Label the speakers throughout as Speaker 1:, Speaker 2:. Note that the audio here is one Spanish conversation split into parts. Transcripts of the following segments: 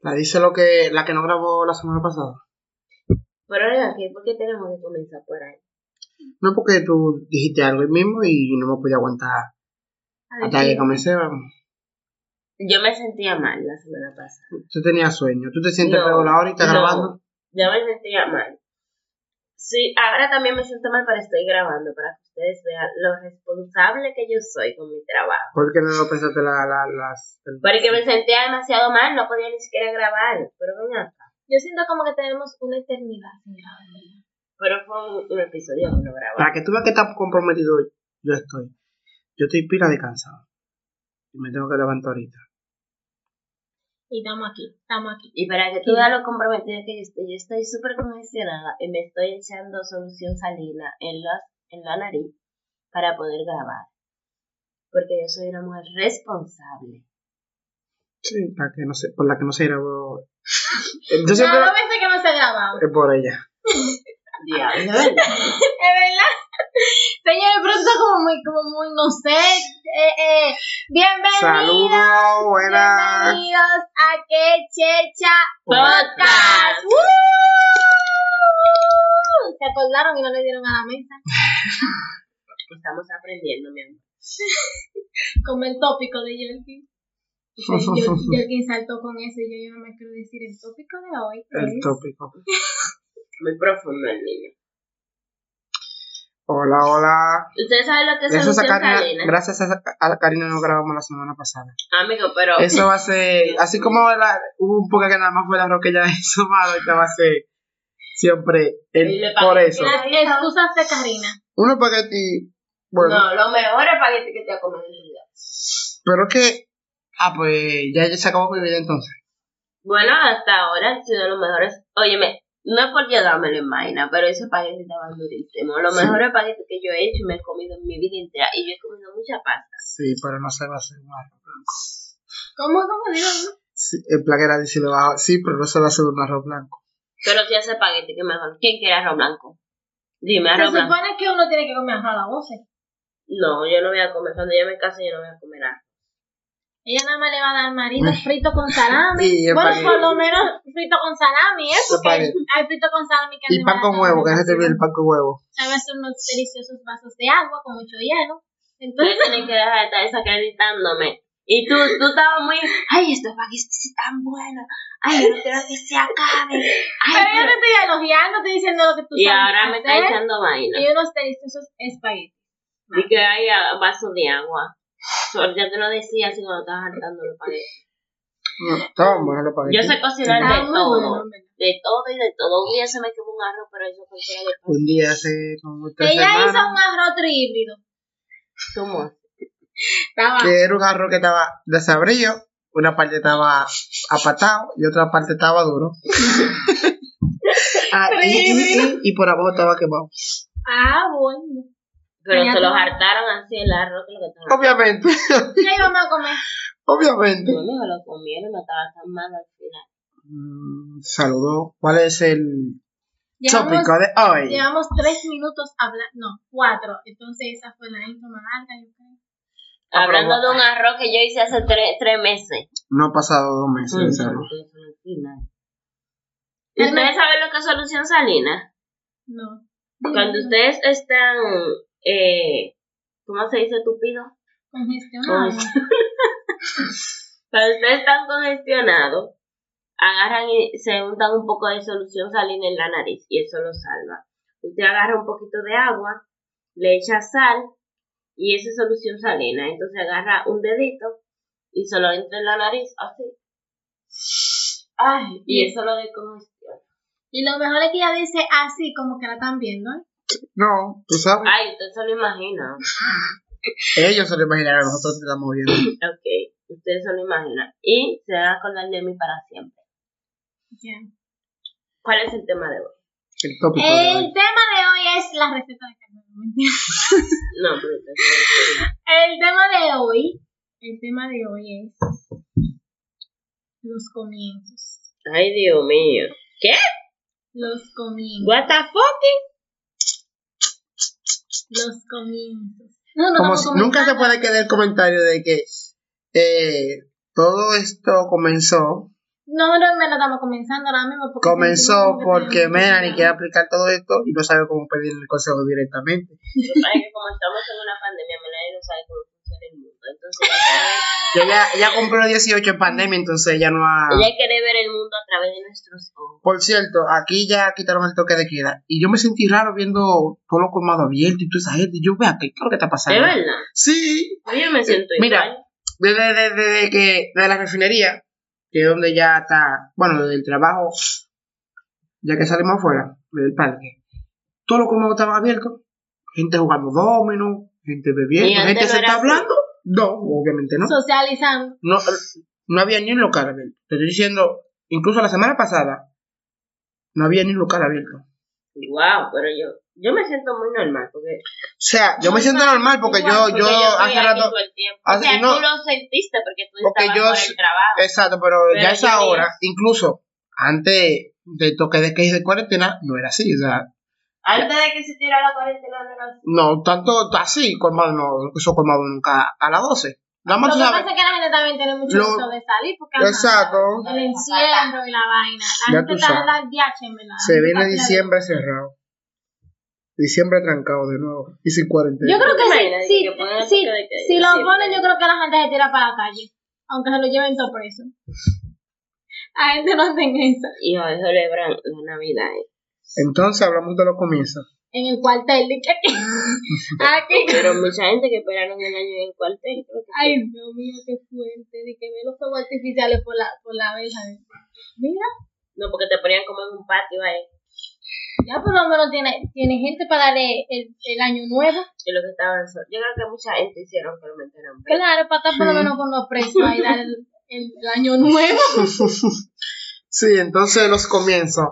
Speaker 1: La dice lo que, la que no grabó la semana pasada.
Speaker 2: Pero oiga, ¿qué? ¿por qué tenemos que comenzar por ahí?
Speaker 1: No porque tú dijiste algo ahí mismo y no me podía aguantar
Speaker 2: Ay,
Speaker 1: hasta que
Speaker 2: sí.
Speaker 1: comencé. vamos.
Speaker 2: Yo me sentía mal la semana pasada.
Speaker 1: Tú tenías sueño. Tú te sientes
Speaker 2: No,
Speaker 1: peor ahora y estás
Speaker 2: no.
Speaker 1: grabando.
Speaker 2: Yo me sentía mal. Sí, ahora también me siento mal, pero estoy grabando para que ustedes vean lo responsable que yo soy con mi trabajo.
Speaker 1: Porque no pensaste la, la, las. el-
Speaker 2: Porque me sentía demasiado mal, no podía ni siquiera grabar. Pero venga,
Speaker 3: Yo siento como que tenemos una eternidad sin grabar, ¿verdad?
Speaker 2: pero fue un, un episodio que no grabamos.
Speaker 1: Para que tú veas que estás comprometido, yo estoy. Yo estoy pila de cansado. Y me tengo que levantar ahorita.
Speaker 3: Y estamos aquí, estamos aquí.
Speaker 2: Y para que tú veas lo comprometida que yo estoy, yo estoy súper congestionada y me estoy echando solución salina en la, en la nariz para poder grabar. Porque yo soy una mujer responsable.
Speaker 1: Sí. La que no se, por la que no se grabó. Yo siempre.
Speaker 3: no, no pensé que no se grababa.
Speaker 1: Es por ella.
Speaker 2: Diablo, ¿verdad?
Speaker 3: Es verdad. Señores, pero eso está como muy, como muy, no sé. Eh, eh. Bienvenidos.
Speaker 1: Saludos, buenas.
Speaker 3: Bienvenidos a Que Checha Podcast.
Speaker 2: Podcast.
Speaker 3: ¡Woo! Se acordaron y no le dieron a la mesa
Speaker 2: Estamos aprendiendo, mi amor.
Speaker 3: como el tópico de Yorkin. Yorkin saltó con eso y yo, yo no me quiero decir el tópico de hoy. pues.
Speaker 1: El
Speaker 3: es-
Speaker 1: tópico.
Speaker 2: Muy profundo el niño.
Speaker 1: Hola, hola.
Speaker 2: Ustedes saben lo que es
Speaker 1: Eso es a
Speaker 2: solución
Speaker 1: Karina-
Speaker 2: salina.
Speaker 1: gracias a, a Karina no grabamos la semana pasada.
Speaker 2: Amigo, pero
Speaker 1: Eso va a ser,
Speaker 2: Dios
Speaker 1: así
Speaker 2: mío.
Speaker 1: como la- hubo un poco que nada más fue la roca que ella hizo malo, esta va a ser siempre el,
Speaker 2: Le
Speaker 1: por
Speaker 2: pagué.
Speaker 1: eso.
Speaker 3: Las excusas de Karina.
Speaker 1: Un espagueti, bueno,
Speaker 2: no, lo mejor es para que te- que te ha comido el día.
Speaker 1: pero que, ah, pues ya, ya se acabó mi vida entonces.
Speaker 2: Bueno, hasta ahora han sido los mejores. Óyeme, no es por llevármelo en vaina, pero esos paquetes estaban durísimos. Los
Speaker 1: Sí.
Speaker 2: mejores paquetes que yo he hecho y me he comido en mi vida entera. Y yo he comido mucha pasta.
Speaker 1: Sí, pero no se va a hacer un arroz blanco.
Speaker 3: ¿Cómo, cómo digo?
Speaker 1: Sí, el plaguera dice, lo va a- sí, pero no se va a hacer un arroz blanco.
Speaker 2: Pero si hace paquete, que mejor. ¿Quién quiere arroz blanco? Dime,
Speaker 3: Se
Speaker 2: arroz blanco.
Speaker 3: supone que uno tiene que comer a la voz.
Speaker 2: No, yo no voy a comer. Cuando yo me case, yo no voy a comer arroz.
Speaker 3: Ella nada más le va a dar marido frito con salami.
Speaker 1: Y es
Speaker 3: bueno,
Speaker 1: para
Speaker 3: por
Speaker 1: que-
Speaker 3: lo menos frito con salami, ¿eh?
Speaker 1: Es
Speaker 3: Porque
Speaker 1: para que-
Speaker 3: hay frito con salami que
Speaker 1: Y pan con huevo, que se te viene el pan con huevo.
Speaker 3: Sabes unos deliciosos vasos de agua con mucho hielo.
Speaker 2: Tú
Speaker 3: Entonces,
Speaker 2: tienes que dejar de estar desacreditándome. Y tú, tú estabas muy. Ay, estos paquetes están buenos. Ay, no quiero que se acaben. Ay,
Speaker 3: pero yo
Speaker 2: pero-".
Speaker 3: te estoy elogiando, estoy diciendo lo que tú
Speaker 2: Y
Speaker 3: sabes
Speaker 2: ahora me está
Speaker 3: hacer,
Speaker 2: echando vaina.
Speaker 3: Y unos deliciosos espaguetis.
Speaker 2: Y que hay ah, vaso de agua. Yo ya te lo decía así cuando estabas hartando los paquetes.
Speaker 1: No, estaban buenos los espaguetis.
Speaker 2: Yo sé cocinar
Speaker 3: Está
Speaker 2: de
Speaker 3: muy Ah, bueno,
Speaker 2: todo.
Speaker 3: en verdad.
Speaker 2: De todo y de todo. Un día se me quemó un arroz, pero eso fue que era de todo.
Speaker 1: Un día hace como tres
Speaker 3: Ella hizo
Speaker 1: semanas,
Speaker 3: un arroz trihíbrido.
Speaker 2: ¿Cómo?
Speaker 3: Estaba.
Speaker 1: que era un arroz que estaba desabrido, una parte estaba apatado y otra parte estaba duro. Ah, y, y- y- y por abajo estaba quemado.
Speaker 3: Ah, bueno.
Speaker 2: Pero
Speaker 3: Ya
Speaker 2: se los
Speaker 3: tú-
Speaker 2: hartaron así el arroz que lo que estaba.
Speaker 1: Obviamente,
Speaker 3: ¿Qué íbamos a comer?
Speaker 1: obviamente.
Speaker 2: Bueno, se lo comieron, no estaba tan malo al final.
Speaker 1: Mm, Saludó. ¿Cuál es el
Speaker 3: Llevamos,
Speaker 1: tópico de hoy?
Speaker 3: llevamos tres minutos hablando. No, cuatro. Entonces, esa fue la intro más larga, yo creo.
Speaker 1: Ah, pero
Speaker 2: Hablando
Speaker 1: vos-
Speaker 2: de un arroz que yo hice hace tres, tres meses.
Speaker 1: No ha pasado dos meses de
Speaker 2: Mm,
Speaker 1: salud.
Speaker 2: eso es final. ¿Ustedes saben lo que es solución salina?
Speaker 3: No.
Speaker 2: Cuando ustedes están, eh, ¿cómo se dice tupido?
Speaker 3: Congestionado.
Speaker 2: Cuando ustedes están congestionados, agarran y se untan un poco de solución salina en la nariz y eso lo salva. Usted agarra un poquito de agua, le echa sal y esa es solución salina. Entonces agarra un dedito y se lo entra en la nariz así. Ay, y eso lo descongestiona.
Speaker 3: Y lo mejor es que ella dice así, como que la están viendo. ¿eh?
Speaker 1: No, tú sabes.
Speaker 2: Ay, usted se lo imagina.
Speaker 1: Ellos se lo imaginaron, nosotros te estamos viendo.
Speaker 2: Ok, usted se lo imagina. Y se van a acordar de mí para siempre. ¿Cuál es el tema de hoy?
Speaker 1: El tópico de
Speaker 3: El
Speaker 1: hoy.
Speaker 3: tema de hoy es la receta de carne. Mentira.
Speaker 2: No, pero usted se lo imagina.
Speaker 3: El tema de hoy, el tema de hoy es los comienzos.
Speaker 2: Ay, Dios mío.
Speaker 3: Los comienzos.
Speaker 2: What the fuck?
Speaker 3: Los comienzos. No, no,
Speaker 1: Como
Speaker 3: vamos
Speaker 1: si-
Speaker 3: a
Speaker 1: nunca se
Speaker 3: comenzar.
Speaker 1: puede quedar el comentario de que eh, todo esto comenzó
Speaker 3: No, no, me lo estamos comenzando ahora mismo. Porque
Speaker 1: Comenzó
Speaker 3: sentimos que
Speaker 1: porque
Speaker 3: tenemos que
Speaker 1: Melanie quiere
Speaker 3: terminar.
Speaker 1: aplicar todo esto y no sabe cómo pedir el consejo directamente.
Speaker 2: Para que como estamos en una pandemia, Melanie no sabe cómo funciona el mundo. Entonces ella quiere,
Speaker 1: Y Ella, ella cumplió 18 en pandemia, entonces ella no ha...
Speaker 2: ella quiere ver el mundo a través de nuestros ojos.
Speaker 1: Por cierto, aquí ya quitaron el toque de queda. Y yo me sentí raro viendo todo lo colmado abierto y toda esa gente. Y yo, vea, ¿qué qué es lo que está
Speaker 2: De
Speaker 1: pasando?
Speaker 2: verdad.
Speaker 1: Sí.
Speaker 2: Yo me siento
Speaker 1: Mira,
Speaker 2: igual.
Speaker 1: Desde, desde, desde que, de la refinería, que es donde ya está, bueno, desde el trabajo, ya que salimos afuera, del parque, todos los colmados estaban abiertos. Gente jugando dominos, gente
Speaker 2: Y
Speaker 1: bebiendo,
Speaker 2: antes
Speaker 1: gente
Speaker 2: no
Speaker 1: se
Speaker 2: era
Speaker 1: está
Speaker 2: así.
Speaker 1: hablando. No, obviamente no.
Speaker 3: Socializando.
Speaker 1: No, no había ni un local abierto. Te estoy diciendo, incluso la semana pasada, no había ni un local abierto.
Speaker 2: Wow, pero yo, yo me siento muy normal. Porque,
Speaker 1: O sea, yo me siento normal porque
Speaker 2: Igual,
Speaker 1: yo, yo
Speaker 2: estoy
Speaker 1: hace
Speaker 2: aquí
Speaker 1: rato.
Speaker 2: todo el tiempo.
Speaker 1: hace-
Speaker 2: o sea,
Speaker 1: no-
Speaker 2: tú lo sentiste porque tú
Speaker 1: Porque
Speaker 2: estabas
Speaker 1: yo
Speaker 2: por
Speaker 1: s- eh,
Speaker 2: el trabajo.
Speaker 1: Exacto, pero,
Speaker 2: Pero
Speaker 1: ya
Speaker 2: yo
Speaker 1: esa
Speaker 2: digo-
Speaker 1: hora, incluso antes del toque de queda y de cuarentena, no era así. O sea,
Speaker 2: Antes de que se tirara la cuarentena, no era así.
Speaker 1: no tanto así, colmado no, eso colmado nunca a las 12. Nada
Speaker 3: Lo
Speaker 1: más
Speaker 3: que
Speaker 1: tú
Speaker 3: pasa
Speaker 1: sabes.
Speaker 3: es que la gente también tiene mucho
Speaker 1: Lo-
Speaker 3: gusto de salir porque ajá,
Speaker 1: Exacto.
Speaker 3: el encierro y la vaina.
Speaker 1: Ya
Speaker 3: La gente
Speaker 1: tú
Speaker 3: está
Speaker 1: sabes.
Speaker 3: en la DH, en verdad.
Speaker 1: Se viene
Speaker 3: Está
Speaker 1: diciembre cerrado. Diciembre trancado de nuevo. Y sin
Speaker 3: claro.
Speaker 1: cuarentena.
Speaker 3: Yo creo que sí,
Speaker 2: Imagínate
Speaker 3: sí,
Speaker 2: que pongan el
Speaker 3: sí,
Speaker 2: toque de queda.
Speaker 3: si lo
Speaker 2: Sí,
Speaker 3: ponen,
Speaker 2: pero-
Speaker 3: yo creo que la gente se tira para la calle. Aunque se lo lleven todo preso. La gente no hace eso.
Speaker 2: Y hoy celebran la Navidad. ¿eh?
Speaker 1: Entonces hablamos de los comienzos.
Speaker 3: En el cuartel, dije aquí. aquí.
Speaker 2: Pero mucha gente que esperaron el año del cuartel. creo que
Speaker 3: Ay, Dios mío, qué fuerte. De que ve los fuegos artificiales por la, por la abeja. Mira,
Speaker 2: No, porque te ponían como en un patio ahí.
Speaker 3: ya por lo menos tiene, tiene gente para darle el, el año nuevo.
Speaker 2: Y los que estaban solos. Yo creo que mucha gente hicieron que lo metieran. preso.
Speaker 3: Claro, para estar por lo
Speaker 1: Sí.
Speaker 3: menos con los presos ahí dar el, el, el año nuevo.
Speaker 1: sí, entonces los comienzos.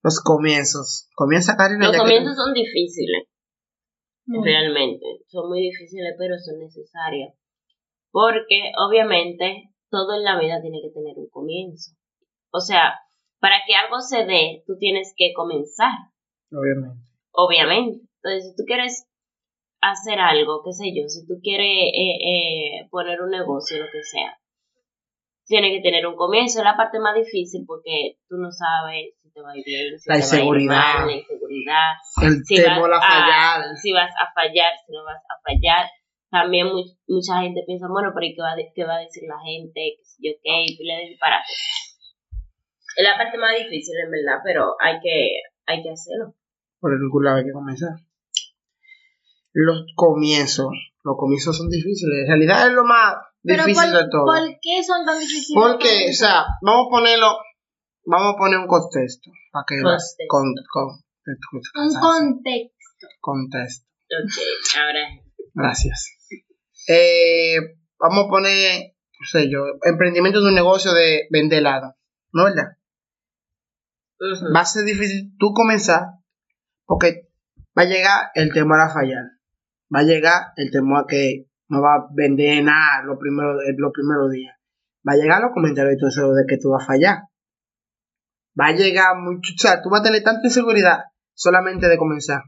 Speaker 1: Los comienzos. Comienza Karina.
Speaker 2: Los
Speaker 1: ya que tú-
Speaker 2: comienzos son difíciles,
Speaker 3: Mm.
Speaker 2: realmente. Son muy difíciles, pero son necesarios. Porque, obviamente, todo en la vida tiene que tener un comienzo. O sea, para que algo se dé, tú tienes que comenzar.
Speaker 1: Obviamente.
Speaker 2: obviamente. Entonces, si tú quieres hacer algo, qué sé yo, si tú quieres eh, eh, poner un negocio, lo que sea, tiene que tener un comienzo. Es la parte más difícil porque tú no sabes si te va a ir bien, si
Speaker 1: La
Speaker 2: te va a ir
Speaker 1: inseguridad.
Speaker 2: mal, la inseguridad,
Speaker 1: El
Speaker 2: si vas
Speaker 3: Ah.
Speaker 1: temor a fallar.
Speaker 2: si vas a fallar, si no vas a fallar. También mu- mucha gente piensa, bueno, pero ¿y qué va, a de- qué va a decir la gente? ¿Qué sé yo qué? Y pila de disparate. Es la parte más difícil, en verdad, pero hay que, hay que hacerlo.
Speaker 1: por el culo hay que comenzar. Los comienzos. Los comienzos son difíciles. En realidad es lo más
Speaker 3: Pero
Speaker 1: difícil
Speaker 3: ¿por,
Speaker 1: de todo.
Speaker 3: ¿por qué son tan difíciles?
Speaker 1: Porque, o sea, vamos a ponerlo, vamos a poner un contexto. Para que
Speaker 2: Contexto.
Speaker 1: con, con- con-
Speaker 3: un contexto.
Speaker 1: contexto.
Speaker 2: Ok, ahora
Speaker 1: Gracias. Eh, vamos a poner, no sé yo, emprendimiento de un negocio de vender helado. ¿No es verdad?
Speaker 2: Ujú.
Speaker 1: Va a ser difícil tú comenzar porque va a llegar el temor a fallar. Va a llegar el temor a que no va a vender nada eh, los primeros, los primeros días. Va a llegar los comentarios y todo eso de que tú vas a fallar. Va a llegar mucho, o sea, tú vas a tener tanta inseguridad solamente de comenzar.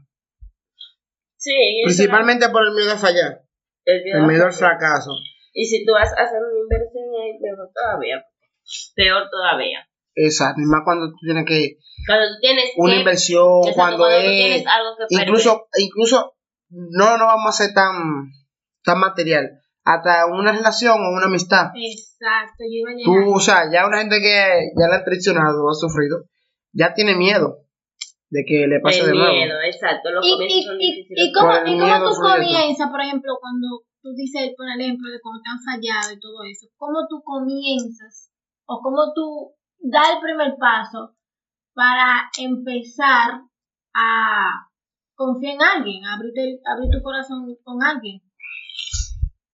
Speaker 2: Sí, eso era-
Speaker 1: Principalmente por el miedo a fallar,
Speaker 2: el día
Speaker 1: el miedo al
Speaker 2: de-
Speaker 1: fracaso.
Speaker 2: Y si tú vas a hacer una inversión, es peor todavía. Peor todavía.
Speaker 1: Exacto, y más cuando tú tienes que
Speaker 2: Cuando tú tienes
Speaker 1: una
Speaker 2: que-
Speaker 1: inversión,
Speaker 2: exacto,
Speaker 1: cuando,
Speaker 2: tú
Speaker 1: es
Speaker 2: tienes algo que perder.
Speaker 1: incluso incluso no no vamos a ser tan tan material hasta una relación o una amistad
Speaker 3: Exacto, yo iba a llegar.
Speaker 1: tú o sea ya una gente que ya la han traicionado o ha sufrido ya tiene miedo de que le pase
Speaker 2: el
Speaker 1: de, nuevo
Speaker 2: miedo, exacto. Los
Speaker 3: ¿Y,
Speaker 2: comienzos
Speaker 3: y,
Speaker 2: son
Speaker 3: y,
Speaker 2: difíciles.
Speaker 3: y cómo,
Speaker 1: Por el
Speaker 3: y cómo
Speaker 1: miedo
Speaker 3: tú
Speaker 1: por eso.
Speaker 3: comienzas, por ejemplo, cuando tú dices, por ejemplo, de cómo te han fallado y todo eso? ¿Cómo tú comienzas o cómo tú das el primer paso para empezar a confiar en alguien, abrir, abrir tu corazón con alguien?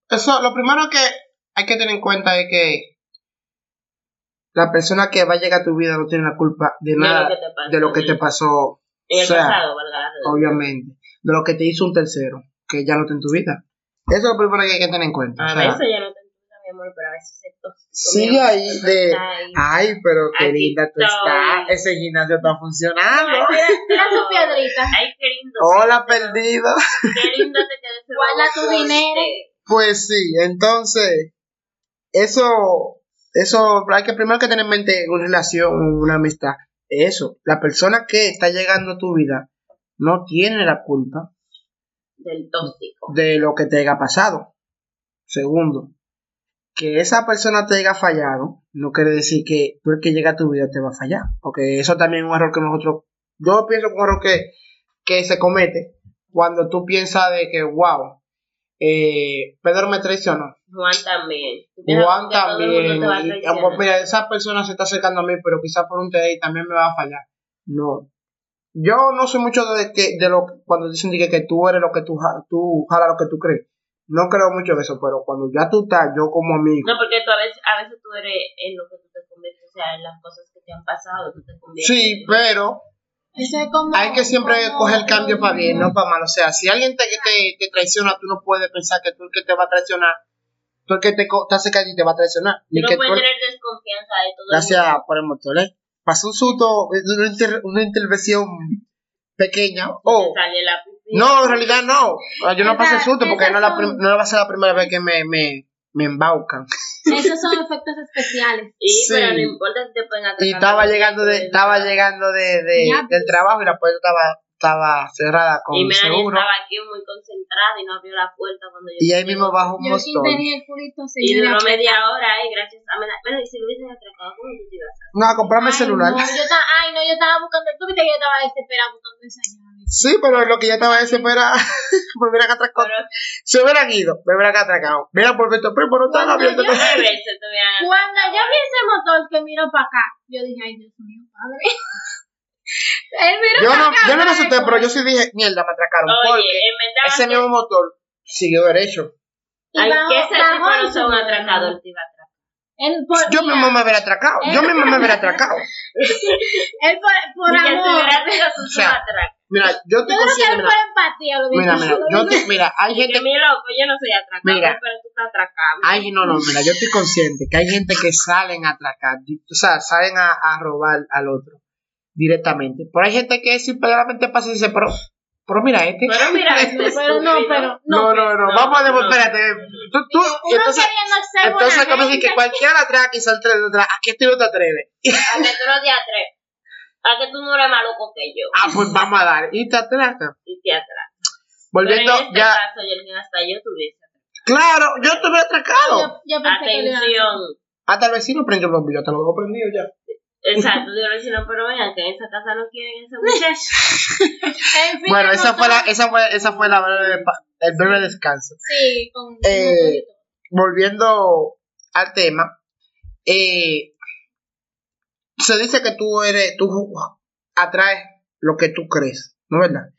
Speaker 1: eso lo primero que hay que tener en cuenta es que la persona que va a llegar a tu vida no tiene la culpa de
Speaker 2: De lo
Speaker 1: nada
Speaker 2: que te pasó.
Speaker 1: de lo que te pasó
Speaker 2: En el
Speaker 1: o sea,
Speaker 2: pasado, valga la redundancia.
Speaker 1: obviamente, de lo que te hizo un tercero, que ya no está en tu vida. Eso es lo primero que hay que tener en cuenta.
Speaker 2: A
Speaker 1: o sea,
Speaker 2: veces ya no te entiendo, mi amor, pero a veces se tos.
Speaker 1: sigue ahí de, Ah.
Speaker 2: Ay,
Speaker 1: ay, pero qué
Speaker 2: Aquí
Speaker 1: linda tú
Speaker 2: estoy.
Speaker 1: estás, ese gimnasio está funcionando.
Speaker 2: mira,
Speaker 3: Tira tu piedrita.
Speaker 2: Ay, qué lindo.
Speaker 1: Hola, perdida.
Speaker 2: Qué lindo te quedó ese
Speaker 3: Guarda tu
Speaker 2: baboso,
Speaker 3: dinero.
Speaker 2: ¿viste?
Speaker 1: Pues sí, entonces, Pues eso Eso, hay que primero que tener en mente en una relación, en una amistad. Eso, la persona que está llegando a tu vida no tiene la culpa
Speaker 2: del tóxico.
Speaker 1: de lo que te haya pasado. Segundo, que esa persona te haya fallado no quiere decir que tú el que llega a tu vida te va a fallar. Porque eso también es un error que nosotros, yo pienso que es un error que, que se comete cuando tú piensas de que, wow, eh, Pedro me traicionó.
Speaker 2: Juan también. Deja
Speaker 1: Juan
Speaker 2: que todo el
Speaker 1: también.
Speaker 2: mundo te va a
Speaker 1: y-
Speaker 2: traicionar.
Speaker 1: aunque, mira, esa persona se está acercando a mí, pero quizás por un TD también me va a fallar. No. Yo no soy mucho de que de lo cuando dicen de que, que tú eres lo que tú, ja- tú jala lo que tú crees. No creo mucho en eso, pero cuando ya tú estás, yo como amigo.
Speaker 2: No, porque tú a veces, a veces tú eres en lo que tú te conviertes, o sea, en las cosas que te han pasado, tú te conviertes.
Speaker 1: Sí, pues, pero
Speaker 3: Eso es como.
Speaker 1: hay que siempre
Speaker 3: como-
Speaker 1: coger cambio para bien, no para mal. O sea, si alguien te, te, te traiciona, tú no puedes pensar que tú el que te va a traicionar, tú el que te, co- te hace caer y te va a traicionar.
Speaker 2: Tú
Speaker 1: Ni
Speaker 2: no
Speaker 1: que
Speaker 2: puedes
Speaker 1: tú-
Speaker 2: tener desconfianza de todo
Speaker 1: gracias
Speaker 2: el mundo.
Speaker 1: por el motor. ¿eh? Pasó un susto, una, inter- una intervención pequeña.
Speaker 2: Te
Speaker 1: Oh,
Speaker 2: sale la pipí.
Speaker 1: no, en realidad no. Ah, Yo no
Speaker 3: Esa-
Speaker 1: pasé susto porque
Speaker 3: esas
Speaker 1: no, la prim-
Speaker 3: son-
Speaker 1: no va a ser la primera vez que me, me, me embaucan.
Speaker 3: Esos son efectos especiales.
Speaker 2: Y, pero
Speaker 1: sí.
Speaker 2: no importa si te pueden atacar.
Speaker 1: Y estaba llegando de, estaba llegando de, de-
Speaker 3: Ya. pues.
Speaker 1: del trabajo y la puerta estaba, estaba cerrada con
Speaker 2: Y Melanie
Speaker 1: seguro.
Speaker 2: estaba aquí muy concentrada y no abrió la puerta cuando yo.
Speaker 1: Y ahí mismo bajó un
Speaker 3: Yo sí
Speaker 1: motor.
Speaker 3: tenía el culito
Speaker 2: Y
Speaker 3: señora.
Speaker 2: duró media hora, eh, gracias a Melanie. Bueno, y si lo hubiesen atracado, ¿cómo tú te ibas a
Speaker 1: No, a comprarme el
Speaker 3: Ay,
Speaker 1: celular.
Speaker 3: No, yo estaba, ay, no, yo estaba buscando. Tú viste que yo estaba desesperada buscando esa llave.
Speaker 1: Sí, pero en lo que ya estaba desesperada, me hubieran atracado.
Speaker 2: Pero-
Speaker 1: Se hubieran ido, me hubieran atracado. Mira, por esto, pero no están
Speaker 3: Cuando
Speaker 1: abiertos.
Speaker 3: yo-
Speaker 2: Nueve veces te hubieran
Speaker 3: Cuando yo
Speaker 2: atracado.
Speaker 3: vi ese motor que miró para acá, yo dije, ay, Dios mío, padre. Él miró
Speaker 1: Yo
Speaker 3: para
Speaker 1: no,
Speaker 3: acá.
Speaker 1: yo no me
Speaker 3: padre,
Speaker 1: asusté, pero
Speaker 3: como-
Speaker 1: yo sí dije, mierda, me atracaron.
Speaker 2: Oye,
Speaker 1: porque
Speaker 2: en verdad.
Speaker 1: ese
Speaker 2: que-
Speaker 1: mismo motor siguió derecho.
Speaker 3: y
Speaker 2: Ay,
Speaker 3: bajó-
Speaker 2: que ese tipo no
Speaker 3: bajó y
Speaker 2: sea un
Speaker 3: subió.
Speaker 2: atracador, te iba a atracar.
Speaker 3: Él por,
Speaker 1: Yo
Speaker 3: Pues mira,
Speaker 1: mismo me hubiera atracado. Yo mismo me hubiera atracado.
Speaker 3: él por, por
Speaker 2: Ni que se
Speaker 3: amor.
Speaker 2: hubiera sido su
Speaker 1: O sea,
Speaker 2: atraco.
Speaker 1: Mira, yo estoy
Speaker 3: Yo creo que
Speaker 1: consciente.
Speaker 3: él
Speaker 1: Mira,
Speaker 3: por empatía
Speaker 1: mira,
Speaker 3: lo hubiera
Speaker 1: mira,
Speaker 3: hecho.
Speaker 1: yo te- mira, hay
Speaker 2: Que
Speaker 1: gente.
Speaker 2: mi loco, pues, yo no soy atracado,
Speaker 1: Mira.
Speaker 2: pero tú estás atracado.
Speaker 1: Ay, no, no, mira, yo estoy consciente que hay gente que salen a atracar, di- o sea, salen a, a robar al otro directamente. Pero hay gente que simplemente pasa y dice, pero, pero mira este.
Speaker 2: Pero mira, este
Speaker 3: Pero no,
Speaker 2: estúpido.
Speaker 3: pero
Speaker 1: No, no, no,
Speaker 2: no,
Speaker 1: vamos a
Speaker 2: no.
Speaker 1: devolver, espérate. Tú, tú,
Speaker 3: Uno
Speaker 1: entonces,
Speaker 3: queriendo ser buena
Speaker 1: entonces como
Speaker 3: gente.
Speaker 1: si que cualquiera atraca y salte de atrás, aquí estoy no te atreves.
Speaker 2: A que tú no te atreves. A que tú no eres más loco que yo.
Speaker 1: Ah, pues vamos a dar. Y te atraca.
Speaker 2: Y te atracas. Pero en
Speaker 1: Volviendo
Speaker 2: este
Speaker 1: ya.
Speaker 2: caso, yo hasta yo tuviese.
Speaker 1: Claro, yo estuve atracado.
Speaker 3: Yo, yo pensé que le iba a-
Speaker 2: Atención.
Speaker 1: Hasta el vecino prendió el bombillo, te lo dejo prendido ya.
Speaker 2: Exacto, yo le decía, no, pero vean que en esa casa no quieren ese muchacho.
Speaker 3: En fin,
Speaker 1: Bueno, esa
Speaker 3: nosotros-
Speaker 1: fue la, esa fue, esa fue la breve pa- el breve descanso.
Speaker 3: Sí, con.
Speaker 1: Eh, volviendo al tema, eh, se dice que tú eres, tú atraes lo que tú crees, ¿no es verdad?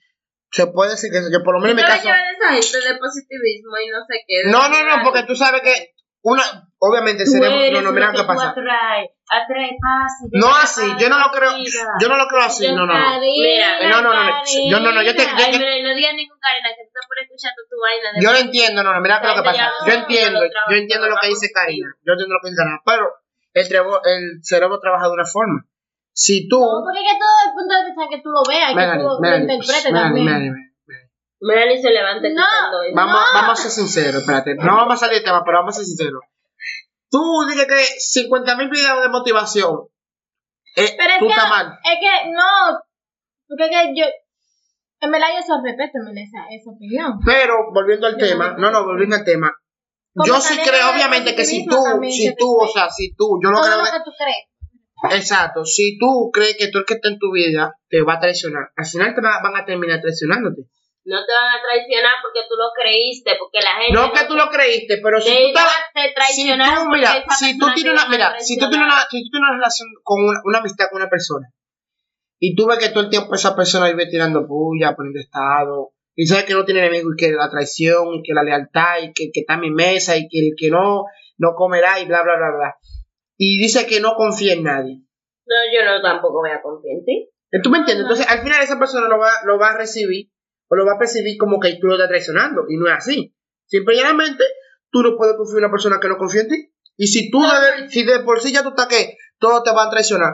Speaker 1: Se puede decir que yo por lo menos en mi
Speaker 2: Pero
Speaker 1: caso.
Speaker 2: yo era esa gente de positivismo y no sé qué.
Speaker 1: No, no, no, porque tú sabes que una, obviamente
Speaker 2: Tú
Speaker 1: seremos,
Speaker 2: eres
Speaker 1: no, no,
Speaker 2: lo
Speaker 1: mira
Speaker 2: que
Speaker 1: lo que
Speaker 2: tú
Speaker 1: pasa.
Speaker 2: Atrae, atrae paz. y
Speaker 1: No
Speaker 2: atrae
Speaker 1: así,
Speaker 2: paz
Speaker 1: yo no lo creo,
Speaker 2: contigo.
Speaker 1: yo no lo creo así, no, no, no.
Speaker 2: Mira,
Speaker 1: No, no, no, no, yo no, no, yo te- yo-
Speaker 2: Ay, mira, y no digas ningún Karina, que tú te pones escuchando tu vaina. de-
Speaker 1: Yo lo entiendo, no, no, mira lo que pasa. Yo entiendo, yo entiendo lo que dice Karina, yo entiendo lo que dice Karina, pero el, trevo- el cerebro trabaja de una forma. Si tú...
Speaker 3: No, porque es que todo el punto de vista que tú lo veas, que
Speaker 1: Melanie,
Speaker 3: tú lo, lo
Speaker 1: Melanie,
Speaker 3: interpretes
Speaker 1: Melanie,
Speaker 3: también.
Speaker 1: Melanie, Melanie.
Speaker 2: Melanie se levanta
Speaker 3: No.
Speaker 2: escuchando eso.
Speaker 1: Vamos, vamos a ser sinceros, espérate. No vamos a salir del tema, pero vamos a ser sinceros. Tú dices que 50 mil videos de motivación. Eh,
Speaker 3: Pero es
Speaker 1: tú
Speaker 3: que,
Speaker 1: estás mal.
Speaker 3: es que no, porque es que yo, en verdad yo solo respeto en verdad, esa, esa opinión.
Speaker 1: Pero volviendo al tema, no, no, volviendo al tema.
Speaker 3: Como
Speaker 1: Yo sí
Speaker 3: también
Speaker 1: creo,
Speaker 3: el
Speaker 1: obviamente, que si tú,
Speaker 3: positivismo también
Speaker 1: si
Speaker 3: se
Speaker 1: tú, o
Speaker 3: respeta.
Speaker 1: sea, si tú, yo lo
Speaker 3: Todo
Speaker 1: creo
Speaker 3: lo
Speaker 1: que-
Speaker 3: que tú crees.
Speaker 1: Exacto, si tú crees que tú el que está en tu vida te va a traicionar, al final te va- van a terminar traicionándote.
Speaker 2: No te van a traicionar porque tú lo creíste, porque la gente.
Speaker 1: No que tú lo creíste, pero si
Speaker 2: te
Speaker 1: tú
Speaker 2: iba
Speaker 1: estabas-
Speaker 2: a- te traicionar.
Speaker 1: si tú,
Speaker 2: porque
Speaker 1: mira,
Speaker 2: esa
Speaker 1: si tú
Speaker 2: persona
Speaker 1: tienes
Speaker 2: te
Speaker 1: una,
Speaker 2: iba a
Speaker 1: mira, si tú tienes
Speaker 2: traicionar.
Speaker 1: una, si tú tienes una relación con una, una amistad con una persona y tú ves que todo el tiempo esa persona vive tirando puya, poniendo estado, y sabes que no tiene enemigo y que la traición y que la lealtad y que, que está en mi mesa y que el que no, no comerá y bla, bla, bla, bla. Y dice que no confía en nadie.
Speaker 2: No, yo no tampoco voy a confiar en ti.
Speaker 1: Eh, ¿Tú me entiendes? Entonces, al final esa persona lo va, lo va a recibir o lo va a percibir como que tú lo estás traicionando y no es así. Simple y llanamente, tú no puedes confiar en una persona que no confía en ti. Y si tú, de, si de por sí ya tú estás que todos te van a traicionar,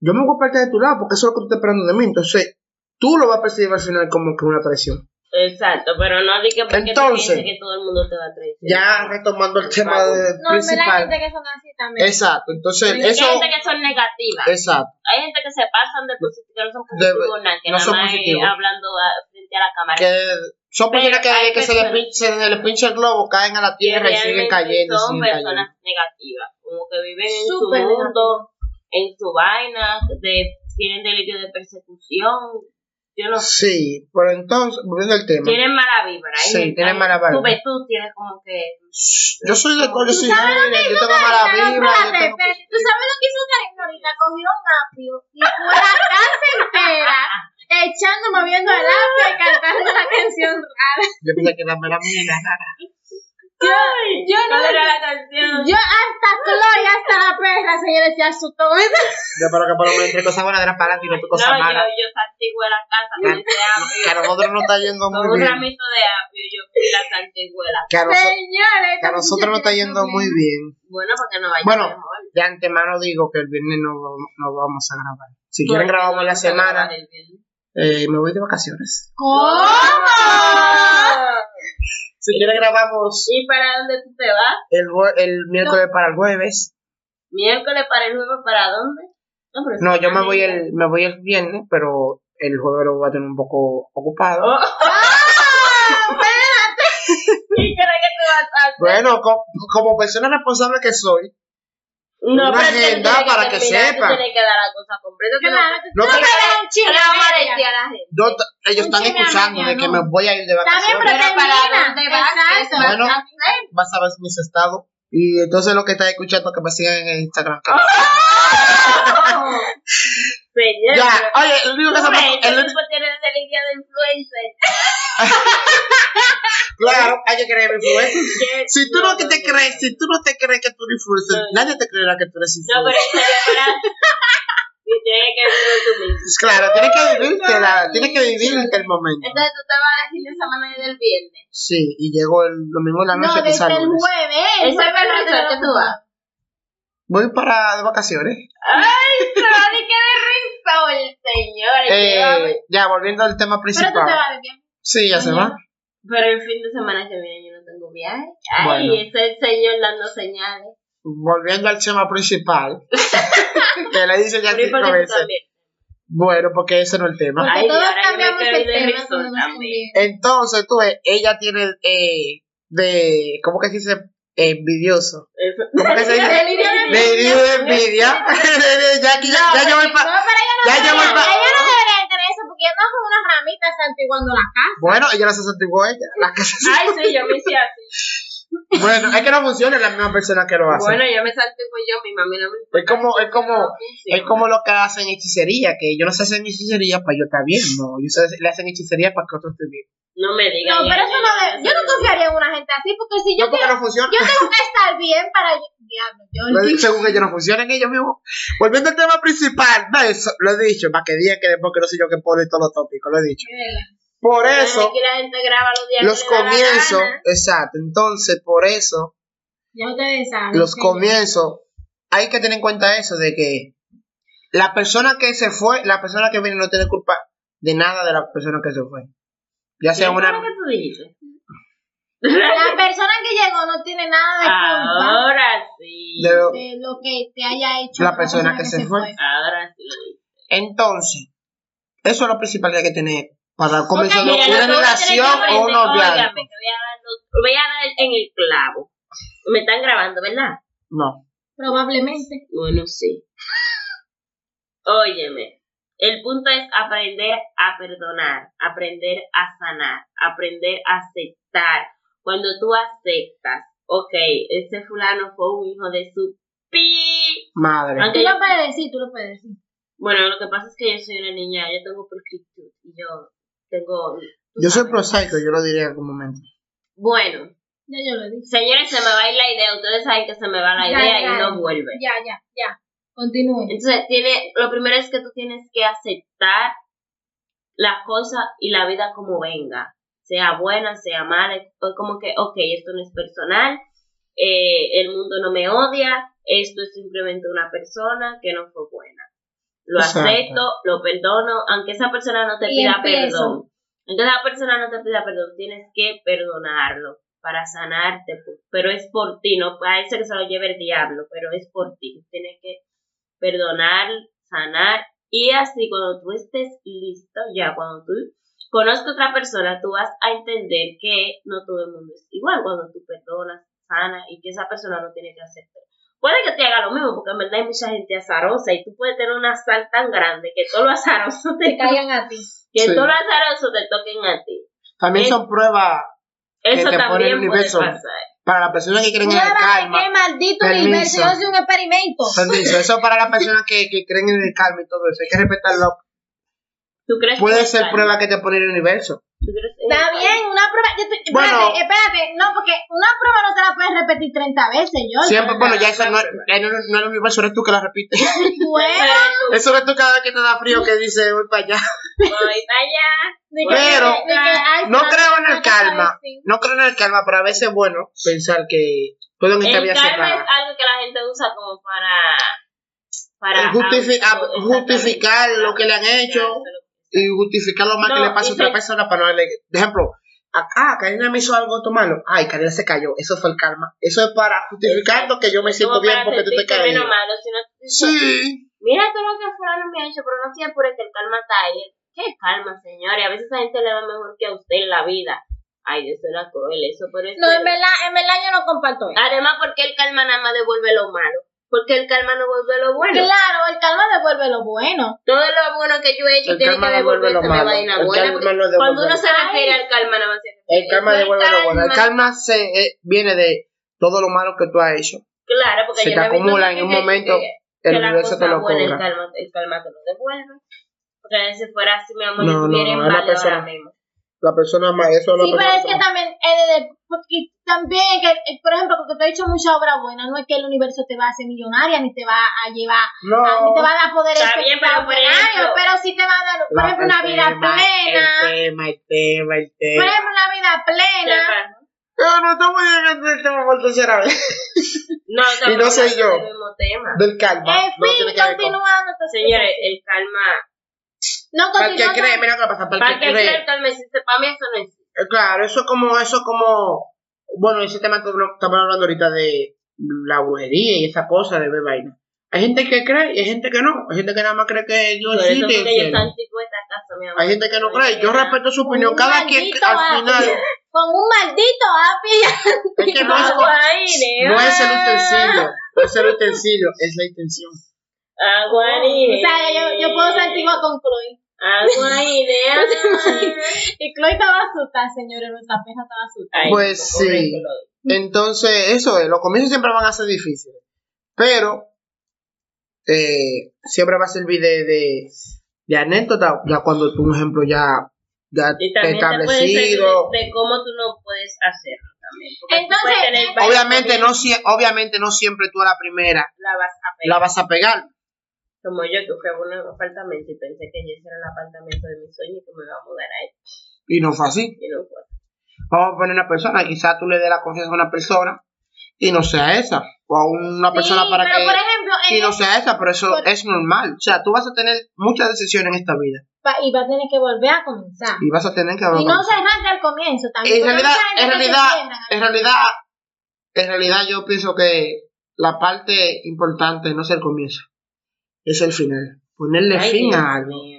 Speaker 1: yo me voy a parte de tu lado porque eso es lo que tú estás esperando de mí. Entonces, tú lo vas a percibir al final como que una traición.
Speaker 2: Exacto, pero no di que porque tú
Speaker 1: Entonces,
Speaker 2: pienses que todo el mundo te va a traicionar.
Speaker 1: Ya retomando el tema de-
Speaker 3: No, en verdad hay
Speaker 1: principal.
Speaker 3: gente que son así también.
Speaker 1: Exacto, entonces
Speaker 2: Porque
Speaker 1: eso,
Speaker 2: Hay gente que son negativas.
Speaker 1: exacto,
Speaker 2: Hay gente que se pasan de positivos, que no son
Speaker 1: De-
Speaker 2: positivos, nada, que
Speaker 1: no
Speaker 2: nada
Speaker 1: son
Speaker 2: más es
Speaker 1: positivos.
Speaker 2: hablando a- frente a la cámara.
Speaker 1: que son
Speaker 2: Pero
Speaker 1: personas que,
Speaker 2: hay
Speaker 1: que se, le
Speaker 2: personas-
Speaker 1: pin- se le pincha el globo, caen a la
Speaker 2: Que
Speaker 1: tierra y siguen
Speaker 2: realmente
Speaker 1: cayendo, y
Speaker 2: son
Speaker 1: siguen cayendo.
Speaker 2: personas negativas, como que viven en
Speaker 3: Súper
Speaker 2: su mundo, en su vaina, de, tienen delirio de persecución, yo no sé,
Speaker 1: Sí, pero entonces, volviendo al tema,
Speaker 2: tienen mala vibra. hay
Speaker 1: Sí,
Speaker 2: gente-
Speaker 1: tienen
Speaker 2: hay-
Speaker 1: mala vibra.
Speaker 2: Tú ves, tú tienes como que...
Speaker 1: yo soy de Corio
Speaker 3: ¿Tú
Speaker 1: Civil,
Speaker 3: sabes lo que
Speaker 1: yo
Speaker 3: hizo
Speaker 1: tengo mala
Speaker 3: Karina? No,
Speaker 1: vibra, yo
Speaker 3: espérate,
Speaker 1: tengo-
Speaker 3: espérate. ¿Tú sabes lo que hizo Karina ahorita? Cogió un apio y fue a la casa entera echando, moviendo el apio y cantando una canción rara.
Speaker 1: yo pensé que era mera mía.
Speaker 3: Yo, yo no...
Speaker 2: ¿Cuál era la canción?
Speaker 3: Yo hasta Chloe, hasta la perra, señores, se asustó.
Speaker 1: Yo espero que por lo menos entre cosas buenas eran para ti, no tu cosa
Speaker 2: no,
Speaker 1: mala.
Speaker 2: yo, yo santigüé la casa con ese
Speaker 1: Que a
Speaker 2: apio,
Speaker 1: nosotros nos está yendo
Speaker 2: con
Speaker 1: muy
Speaker 2: un
Speaker 1: bien.
Speaker 2: ramito de apio, yo fui la santigüé la
Speaker 1: Que a, noso-
Speaker 3: Señores,
Speaker 1: que a nosotros nos está yendo muy bien.
Speaker 2: Bueno, porque no vaya
Speaker 1: Bueno,
Speaker 2: mejor.
Speaker 1: de antemano digo que el viernes no, no vamos a grabar. Si quieren grabamos la semana, eh, me voy de vacaciones.
Speaker 3: ¿Cómo?
Speaker 1: Si quieren grabamos
Speaker 2: ¿Y para dónde tú te vas?
Speaker 1: el, jue- el miércoles para el jueves.
Speaker 2: ¿Miércoles para el jueves para dónde? No, pero
Speaker 1: No,
Speaker 2: sí,
Speaker 1: yo me voy
Speaker 2: amiga.
Speaker 1: el, me voy el viernes, pero el jueves lo voy a tener un poco ocupado.
Speaker 2: Oh, ¿Y crees que tú vas a hacer?
Speaker 1: Bueno, co- como persona responsable que soy, una
Speaker 2: pero tú
Speaker 1: agenda
Speaker 2: tienes
Speaker 1: para que
Speaker 2: terminar, tú
Speaker 1: sepa.
Speaker 2: Tienes que dar la cosa completa. tú
Speaker 3: Claro,
Speaker 2: no-
Speaker 1: No,
Speaker 3: tú
Speaker 1: pero-
Speaker 3: no me dejas un
Speaker 2: ¿Qué
Speaker 3: chingo.
Speaker 2: le vamos a
Speaker 3: mira.
Speaker 2: decir a la gente?
Speaker 1: yo t- ellos
Speaker 3: Un
Speaker 1: están
Speaker 3: chisme a
Speaker 1: escuchando de
Speaker 3: media,
Speaker 1: que
Speaker 3: ¿no?
Speaker 1: me voy a ir de
Speaker 3: Está
Speaker 1: vacaciones.
Speaker 3: bien, pero
Speaker 2: Pero para
Speaker 3: termina.
Speaker 2: dónde vas,
Speaker 3: Exacto.
Speaker 2: ¿qué vas
Speaker 1: Bueno.
Speaker 2: a hacer?
Speaker 1: Vas a ver mis estados. Y entonces lo que están escuchando que me sigan en Instagram.
Speaker 3: Oh,
Speaker 1: que-
Speaker 2: Señor,
Speaker 1: ya,
Speaker 2: pero-
Speaker 1: oye, el único que se
Speaker 2: Hombre,
Speaker 1: me-
Speaker 2: este
Speaker 1: el-
Speaker 2: tipo tiene ese delirio de influencer.
Speaker 1: Claro, hay que creer en influencer.
Speaker 2: ¿Qué?
Speaker 1: Si tú no, que te crees, si tú no te crees que tú eres influencer,
Speaker 2: No.
Speaker 1: nadie te creerá que tú eres
Speaker 2: No, pero
Speaker 1: influencer.
Speaker 2: en serio, para... Sí, tienes que vivir tú mismo.
Speaker 1: Pues claro, tienes que vivirte,
Speaker 3: no.
Speaker 1: la, tienes que vivirte el momento.
Speaker 2: Entonces tú te vas el fin de semana y del viernes.
Speaker 1: Sí, y llegó el domingo en la
Speaker 3: No,
Speaker 1: noche te
Speaker 3: desde el
Speaker 1: saludas.
Speaker 3: jueves. eh,
Speaker 2: Ese fue el resort que tú vas.
Speaker 1: Voy para de vacaciones.
Speaker 2: ¡Ay, Sonic, qué de risa, señores! llévame.
Speaker 1: Eh, ya, volviendo al tema
Speaker 3: Pero tú te
Speaker 1: principal.
Speaker 3: vas de viaje.
Speaker 1: Sí, ya se va.
Speaker 2: Pero el fin de semana que viene yo no tengo viaje. ¡Ay,
Speaker 1: Bueno.
Speaker 2: ese señor dando señales!
Speaker 1: Volviendo al tema principal. que le dice ya
Speaker 2: Pero ¿y por
Speaker 1: cinco
Speaker 2: qué tú
Speaker 1: veces.
Speaker 2: también?
Speaker 1: Bueno, porque ese no es el tema.
Speaker 2: Ay,
Speaker 3: Porque todos
Speaker 2: ahora yo me
Speaker 3: cambiamos
Speaker 2: quiero
Speaker 3: el
Speaker 2: ir de
Speaker 3: tema
Speaker 2: resort
Speaker 3: cuando nos
Speaker 2: también.
Speaker 3: conviene.
Speaker 1: Entonces, tú ves, ella tiene eh, de, ¿cómo que se dice? Envidioso.
Speaker 2: Eso.
Speaker 1: Eh, ¿Cómo que se dice?
Speaker 3: Delirio de
Speaker 1: Le dio envidia. ya, aquí ya, ya yo voy
Speaker 3: No,
Speaker 1: para...
Speaker 3: pero ella no
Speaker 1: ya
Speaker 3: debería-
Speaker 1: yo voy pa-
Speaker 3: ella no debería tener eso porque ella no es una ramita santiguando la casa.
Speaker 1: Bueno, ella las santiguó ella. La que se-
Speaker 2: ¡Ay, sí, yo me hice así!
Speaker 1: Bueno, es que no funciona la misma persona que lo hace.
Speaker 2: Bueno, yo me salté con yo, mi mami no me importa.
Speaker 1: Es como- es como-
Speaker 2: No
Speaker 1: es
Speaker 2: funciona.
Speaker 1: como lo que hacen hechicería, que ellos no se hacen hechicería para yo estar bien, no, ellos se- le hacen hechicería para que otro esté bien.
Speaker 2: No me
Speaker 3: No,
Speaker 2: digas.
Speaker 3: pero eso no debe. Yo no confiaría en una gente así porque si yo
Speaker 1: no porque no
Speaker 3: quiero.
Speaker 1: funciona,
Speaker 3: Yo tengo que estar bien para. yo- Diablo, yo
Speaker 1: Lo
Speaker 3: olvidé.
Speaker 1: di- según ellos no funcionan ellos mismos. Volviendo al tema principal, no, eso, lo he dicho, para que digan que después que no sé yo que pone todos los tópicos, lo he dicho. Por eso,
Speaker 2: Aquí la gente graba los días que
Speaker 1: los
Speaker 2: le da la
Speaker 1: comienzos,
Speaker 2: gana.
Speaker 1: exacto, entonces por eso,
Speaker 3: Ya ustedes saben.
Speaker 1: los
Speaker 3: que-
Speaker 1: comienzos, hay que tener en cuenta eso, de que la persona que se fue, la persona que viene no tiene culpa de nada de la persona que se fue. Ya sea
Speaker 2: ¿Qué fue lo
Speaker 1: una...
Speaker 2: que tú dijiste?
Speaker 3: La persona que llegó no tiene nada de culpa
Speaker 2: Ahora sí.
Speaker 1: de lo-
Speaker 3: de lo que te haya hecho
Speaker 1: La
Speaker 3: otra
Speaker 1: persona que se fue.
Speaker 2: Ahora sí lo dije.
Speaker 1: Entonces, eso es lo principal que hay que tener para comenzar
Speaker 3: mira,
Speaker 1: una
Speaker 2: lo que uno tiene
Speaker 1: relación
Speaker 2: que aprender,
Speaker 1: o un noviazgo.
Speaker 2: óigame, que voy a dar lo- Voy a dar en el clavo. Me están grabando, ¿verdad?
Speaker 1: No.
Speaker 3: Probablemente.
Speaker 2: Bueno, sí. Óyeme. El punto es aprender a perdonar, aprender a sanar, aprender a aceptar. Cuando tú aceptas, ok, ese fulano fue un hijo de su pi.
Speaker 1: Madre.
Speaker 2: Aunque
Speaker 3: Tú
Speaker 2: yo
Speaker 3: lo puedes decir, tú lo puedes decir.
Speaker 2: Bueno, lo que pasa es que yo soy una niña, yo tengo prescripción y yo tengo... tú
Speaker 1: Yo soy
Speaker 2: sabes.
Speaker 1: prosaico, yo lo diría en algún momento.
Speaker 2: Bueno,
Speaker 3: Ya yo lo dije.
Speaker 2: señores, se me va a ir la idea, ustedes saben que se me va la
Speaker 3: Ya,
Speaker 2: idea
Speaker 3: ya.
Speaker 2: y no vuelve.
Speaker 3: Ya, ya, ya. Continúe.
Speaker 2: Entonces, tiene, lo primero es que tú tienes que aceptar las cosas y la vida como venga, sea buena, sea mala, es como que, ok, esto no es personal, eh, el mundo no me odia, esto es simplemente una persona que no fue buena. Lo
Speaker 1: Exacto.
Speaker 2: acepto, lo perdono, aunque esa persona no te
Speaker 3: Y
Speaker 2: pida
Speaker 3: empiezo.
Speaker 2: perdón. Entonces la persona no te pida perdón, tienes que perdonarlo para sanarte, pues, pero es por ti, no parece que se lo lleve el diablo, pero es por ti, tienes que perdonar, sanar y así cuando tú estés listo, ya cuando tú conozcas a otra persona, tú vas a entender que no todo el mundo es igual cuando tú perdonas, sanas y que esa persona no tiene que hacerte. Puede que te haga lo mismo, porque en verdad hay mucha gente azarosa y tú puedes tener una sal tan grande que todo lo azaroso
Speaker 3: Te
Speaker 2: te
Speaker 3: caigan a ti.
Speaker 2: que
Speaker 1: Sí.
Speaker 2: todo lo azaroso te toquen a ti.
Speaker 1: También
Speaker 2: Eh,
Speaker 1: son pruebas
Speaker 2: Eso
Speaker 1: te pone el
Speaker 2: también puede
Speaker 1: universo.
Speaker 2: pasar.
Speaker 1: para las personas que creen en el
Speaker 3: Prueba de
Speaker 1: karma.
Speaker 3: qué maldito
Speaker 1: Permiso.
Speaker 3: universo. Yo soy un experimento.
Speaker 1: Permiso, eso para las personas que, que creen en el karma y todo eso. Hay que respetarlo.
Speaker 2: ¿Tú crees
Speaker 1: Puede
Speaker 2: que-
Speaker 1: ser prueba que te pone el universo.
Speaker 2: ¿Tú crees que-
Speaker 3: Está bien, una prueba. yo estoy- espérate,
Speaker 1: Bueno.
Speaker 3: espérate. No, porque una prueba no te la puedes repetir 30 veces, yo.
Speaker 1: Siempre, bueno, ya eso no, ya no, no es el universo, eres tú que lo repites.
Speaker 3: Bueno,
Speaker 1: Eso eres tú cada vez que te da frío que dice voy para allá.
Speaker 2: Voy para allá.
Speaker 3: de que-
Speaker 1: Pero,
Speaker 3: de que, ay,
Speaker 1: no
Speaker 3: santo,
Speaker 1: creo en el
Speaker 3: no te sabes,
Speaker 1: karma.
Speaker 3: sí.
Speaker 1: No creo en el karma, pero a veces es bueno pensar que todo en esta
Speaker 2: El
Speaker 1: vida se
Speaker 2: karma es
Speaker 1: paga.
Speaker 2: algo que la gente usa como para. para
Speaker 1: Y justifi- a-
Speaker 2: auto-
Speaker 1: justificar lo que le han
Speaker 2: exactamente,
Speaker 1: hecho.
Speaker 2: eso es
Speaker 1: Y justificar lo mal
Speaker 2: No,
Speaker 1: que le pasa a
Speaker 2: y
Speaker 1: otra
Speaker 2: se-
Speaker 1: persona para no darle. De ejemplo, acá Karina me hizo algo todo malo. Ay, Karina se cayó. Eso fue el karma. Eso es para justificar lo que yo me
Speaker 2: lo-
Speaker 1: siento
Speaker 2: como
Speaker 1: bien
Speaker 2: para
Speaker 1: porque tú te
Speaker 2: sentirse
Speaker 1: caes.
Speaker 2: menos malo, sino tú dices,
Speaker 1: Sí.
Speaker 2: Mira todo lo que Fulano me ha hecho, pero no se apure que el karma está ahí. ¿Qué calma, señores? A veces a gente le va mejor que a usted en la vida. Ay, Dios, era cruel eso, pero es
Speaker 3: No, en
Speaker 2: verdad.
Speaker 3: verdad, en verdad yo no comparto eso.
Speaker 2: Además, porque el karma nada más devuelve lo malo? Porque el karma no devuelve lo bueno.
Speaker 3: Claro, el karma devuelve lo bueno.
Speaker 2: Todo lo bueno que yo he hecho
Speaker 1: El
Speaker 2: tiene
Speaker 1: karma
Speaker 2: que
Speaker 1: devuelve lo
Speaker 2: devolverse de
Speaker 1: malo.
Speaker 2: vaina
Speaker 1: El
Speaker 2: buena.
Speaker 1: karma
Speaker 2: porque
Speaker 1: no devuelve
Speaker 2: Cuando uno
Speaker 1: lo
Speaker 2: se refiere al karma, nada más se refiere
Speaker 1: El karma
Speaker 2: eso,
Speaker 1: devuelve lo bueno. El
Speaker 2: karma.
Speaker 1: karma se, eh, viene de todo lo malo que tú has hecho.
Speaker 2: Claro, porque
Speaker 1: se
Speaker 2: yo
Speaker 1: te
Speaker 2: también
Speaker 1: acumula
Speaker 2: creo
Speaker 1: en un
Speaker 2: que-
Speaker 1: momento,
Speaker 2: que-
Speaker 1: El
Speaker 2: que la
Speaker 1: universo
Speaker 2: cosa
Speaker 1: te lo
Speaker 2: buena, el
Speaker 1: cobra.
Speaker 2: calma, el calma te lo devuelve. Porque si fuera así, mi amor,
Speaker 1: No,
Speaker 2: yo
Speaker 1: no,
Speaker 2: estuviera en
Speaker 1: no, es la
Speaker 2: Bali ahora
Speaker 1: persona.
Speaker 2: mismo.
Speaker 1: La persona más, eso es la
Speaker 3: Sí, pero es
Speaker 1: persona
Speaker 3: que
Speaker 1: más.
Speaker 3: también, eh, de- porque también, es que, eh, por ejemplo, porque te he hecho mucha obra buena, no es que el universo te va a hacer millonaria, ni te va a llevar, a- ni te va a dar poder
Speaker 2: Está bien, pero por
Speaker 3: extraordinario,
Speaker 2: ejemplo-
Speaker 3: pero sí te va a dar, por
Speaker 1: La-
Speaker 3: ejemplo, una
Speaker 1: el
Speaker 3: vida
Speaker 1: tema,
Speaker 3: plena.
Speaker 1: El tema, el tema, el
Speaker 3: Por
Speaker 1: tema.
Speaker 3: ejemplo, una vida plena.
Speaker 1: Ah, no estamos llegando al tema por tercera vez.
Speaker 2: No,
Speaker 1: Y
Speaker 2: estamos
Speaker 1: no soy
Speaker 2: hablando
Speaker 1: yo.
Speaker 2: del mismo tema.
Speaker 1: Del calma.
Speaker 3: En
Speaker 1: no
Speaker 3: fin,
Speaker 1: tiene que ver con-
Speaker 3: continuando. entonces,
Speaker 2: Señores, el calma.
Speaker 3: no
Speaker 1: Para el que
Speaker 3: continuando.
Speaker 1: cree, mira lo que pasa. Para
Speaker 2: ¿Para
Speaker 1: el
Speaker 2: qué
Speaker 1: que
Speaker 2: cree el
Speaker 1: cree.
Speaker 2: calma existe? Para mí eso no existe.
Speaker 1: Eh, Claro, eso es como, eso es como, bueno, ese tema que estamos hablando ahorita de la brujería y esa cosa de ver vaina. Hay gente que cree y hay gente que no. Hay gente que nada más cree que Dios
Speaker 2: Pero eso
Speaker 1: existe. y
Speaker 2: porque yo
Speaker 1: el cielo.
Speaker 2: tan chico esta casa, mi amor.
Speaker 1: Hay gente que no cree. Yo
Speaker 2: Nada.
Speaker 1: respeto su
Speaker 3: Con
Speaker 1: opinión.
Speaker 3: un
Speaker 1: Cada quien
Speaker 3: maldito
Speaker 1: al
Speaker 3: ápice.
Speaker 1: final
Speaker 3: Con un maldito api.
Speaker 1: Es que no es,
Speaker 2: Agua, aire,
Speaker 1: no es el
Speaker 2: ah.
Speaker 1: utensilio, no es el utensilio, es la intención.
Speaker 2: Agua, aire.
Speaker 3: O sea, yo, yo puedo ser antigua con Chloe.
Speaker 2: Agua, aire, ah.
Speaker 3: Y Chloe estaba asustada, señores. Nuestra perra estaba asustada.
Speaker 2: Ay,
Speaker 1: Pues
Speaker 2: no, pobre
Speaker 1: sí.
Speaker 2: Chloe.
Speaker 1: Entonces, eso es, los comienzos siempre van a ser difíciles, pero eh, siempre va a servir de, de, de anécdota, ya cuando tú, un ejemplo, ya, ya
Speaker 2: Y también te puede servir
Speaker 1: establecido.
Speaker 2: de, de cómo tú no puedes hacerlo también. porque tú
Speaker 3: Entonces,
Speaker 2: puedes tener varias
Speaker 1: Obviamente no,
Speaker 2: cosas
Speaker 1: sie- obviamente no siempre tú a la primera
Speaker 2: que La vas a pegar.
Speaker 1: la vas a pegar.
Speaker 2: Como yo que fui a un apartamento y pensé que yo hiciera el apartamento de mis sueños y que me iba a mudar ahí.
Speaker 1: Y no fue así.
Speaker 2: Y no fue.
Speaker 1: Vamos a poner una persona, quizás tú le des la confianza a una persona y no sea esa, o a una persona
Speaker 3: sí,
Speaker 1: para
Speaker 3: pero
Speaker 1: que...
Speaker 3: por ejemplo,
Speaker 1: y
Speaker 3: en
Speaker 1: no sea esa, pero eso
Speaker 3: por-
Speaker 1: es normal. O sea, tú vas a tener muchas decisiones en esta vida
Speaker 3: pa- y va a tener que volver a comenzar.
Speaker 1: y vas a tener que
Speaker 3: Y no
Speaker 1: con-
Speaker 3: cerrarse al comienzo también.
Speaker 1: En
Speaker 3: porque
Speaker 1: realidad,
Speaker 3: mucha gente
Speaker 1: en
Speaker 3: que se
Speaker 1: realidad,
Speaker 3: cierra.
Speaker 1: en realidad, en realidad yo pienso que la parte importante no es el comienzo, es el final. Ponerle
Speaker 2: Ay,
Speaker 1: fin
Speaker 2: Dios
Speaker 1: a algo.
Speaker 2: mío.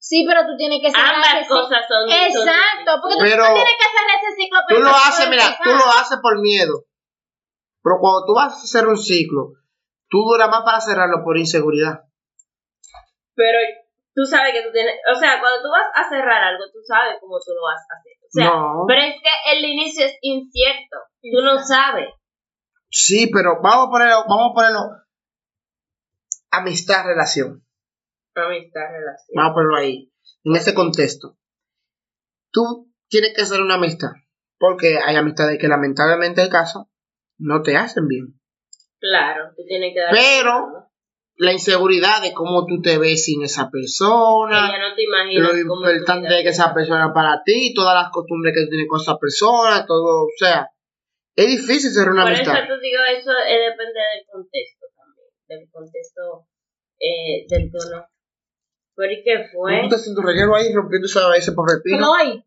Speaker 3: Sí, pero tú tienes que cerrar
Speaker 2: Ambas
Speaker 3: ese ciclo.
Speaker 2: cosas son. son
Speaker 3: Exacto, porque tú-
Speaker 1: Pero-
Speaker 3: tú tienes que cerrar ese ciclo.
Speaker 1: Tú
Speaker 3: pero
Speaker 1: lo
Speaker 3: no
Speaker 1: haces,
Speaker 3: puedes
Speaker 1: mira, tú
Speaker 3: empezar.
Speaker 1: lo haces por miedo. Pero cuando tú vas a hacer un ciclo, tú duras más para cerrarlo por inseguridad.
Speaker 2: Pero tú sabes que tú tienes. O sea, cuando tú vas a cerrar algo, tú sabes cómo tú lo vas a hacer. O sea,
Speaker 1: no.
Speaker 2: pero es que el inicio es incierto. Tú no sabes.
Speaker 1: Sí, pero vamos a ponerlo, vamos a ponerlo amistad, relación.
Speaker 2: Amistad, relación.
Speaker 1: Vamos a ponerlo ahí, en ese contexto. Tú tienes que hacer una amistad, porque hay amistades que lamentablemente hay casos, no te hacen bien.
Speaker 2: Claro, tú tienes que dar.
Speaker 1: Pero la inseguridad de cómo tú te ves sin esa persona,
Speaker 2: Ella no te imaginas
Speaker 1: ah, lo
Speaker 2: cómo tú
Speaker 1: importante
Speaker 2: miras.
Speaker 1: que esa persona para ti, todas las costumbres que tú tienes con esa persona, todo, o sea, es difícil ser una
Speaker 2: Por
Speaker 1: amistad.
Speaker 2: eso te digo, eso eh, depende del contexto también, del contexto eh, del tono. ¿Pero y qué fue?
Speaker 1: Tú estás haciendo reguero ahí rompiendo esa- ese pobre pino.
Speaker 3: Chloe.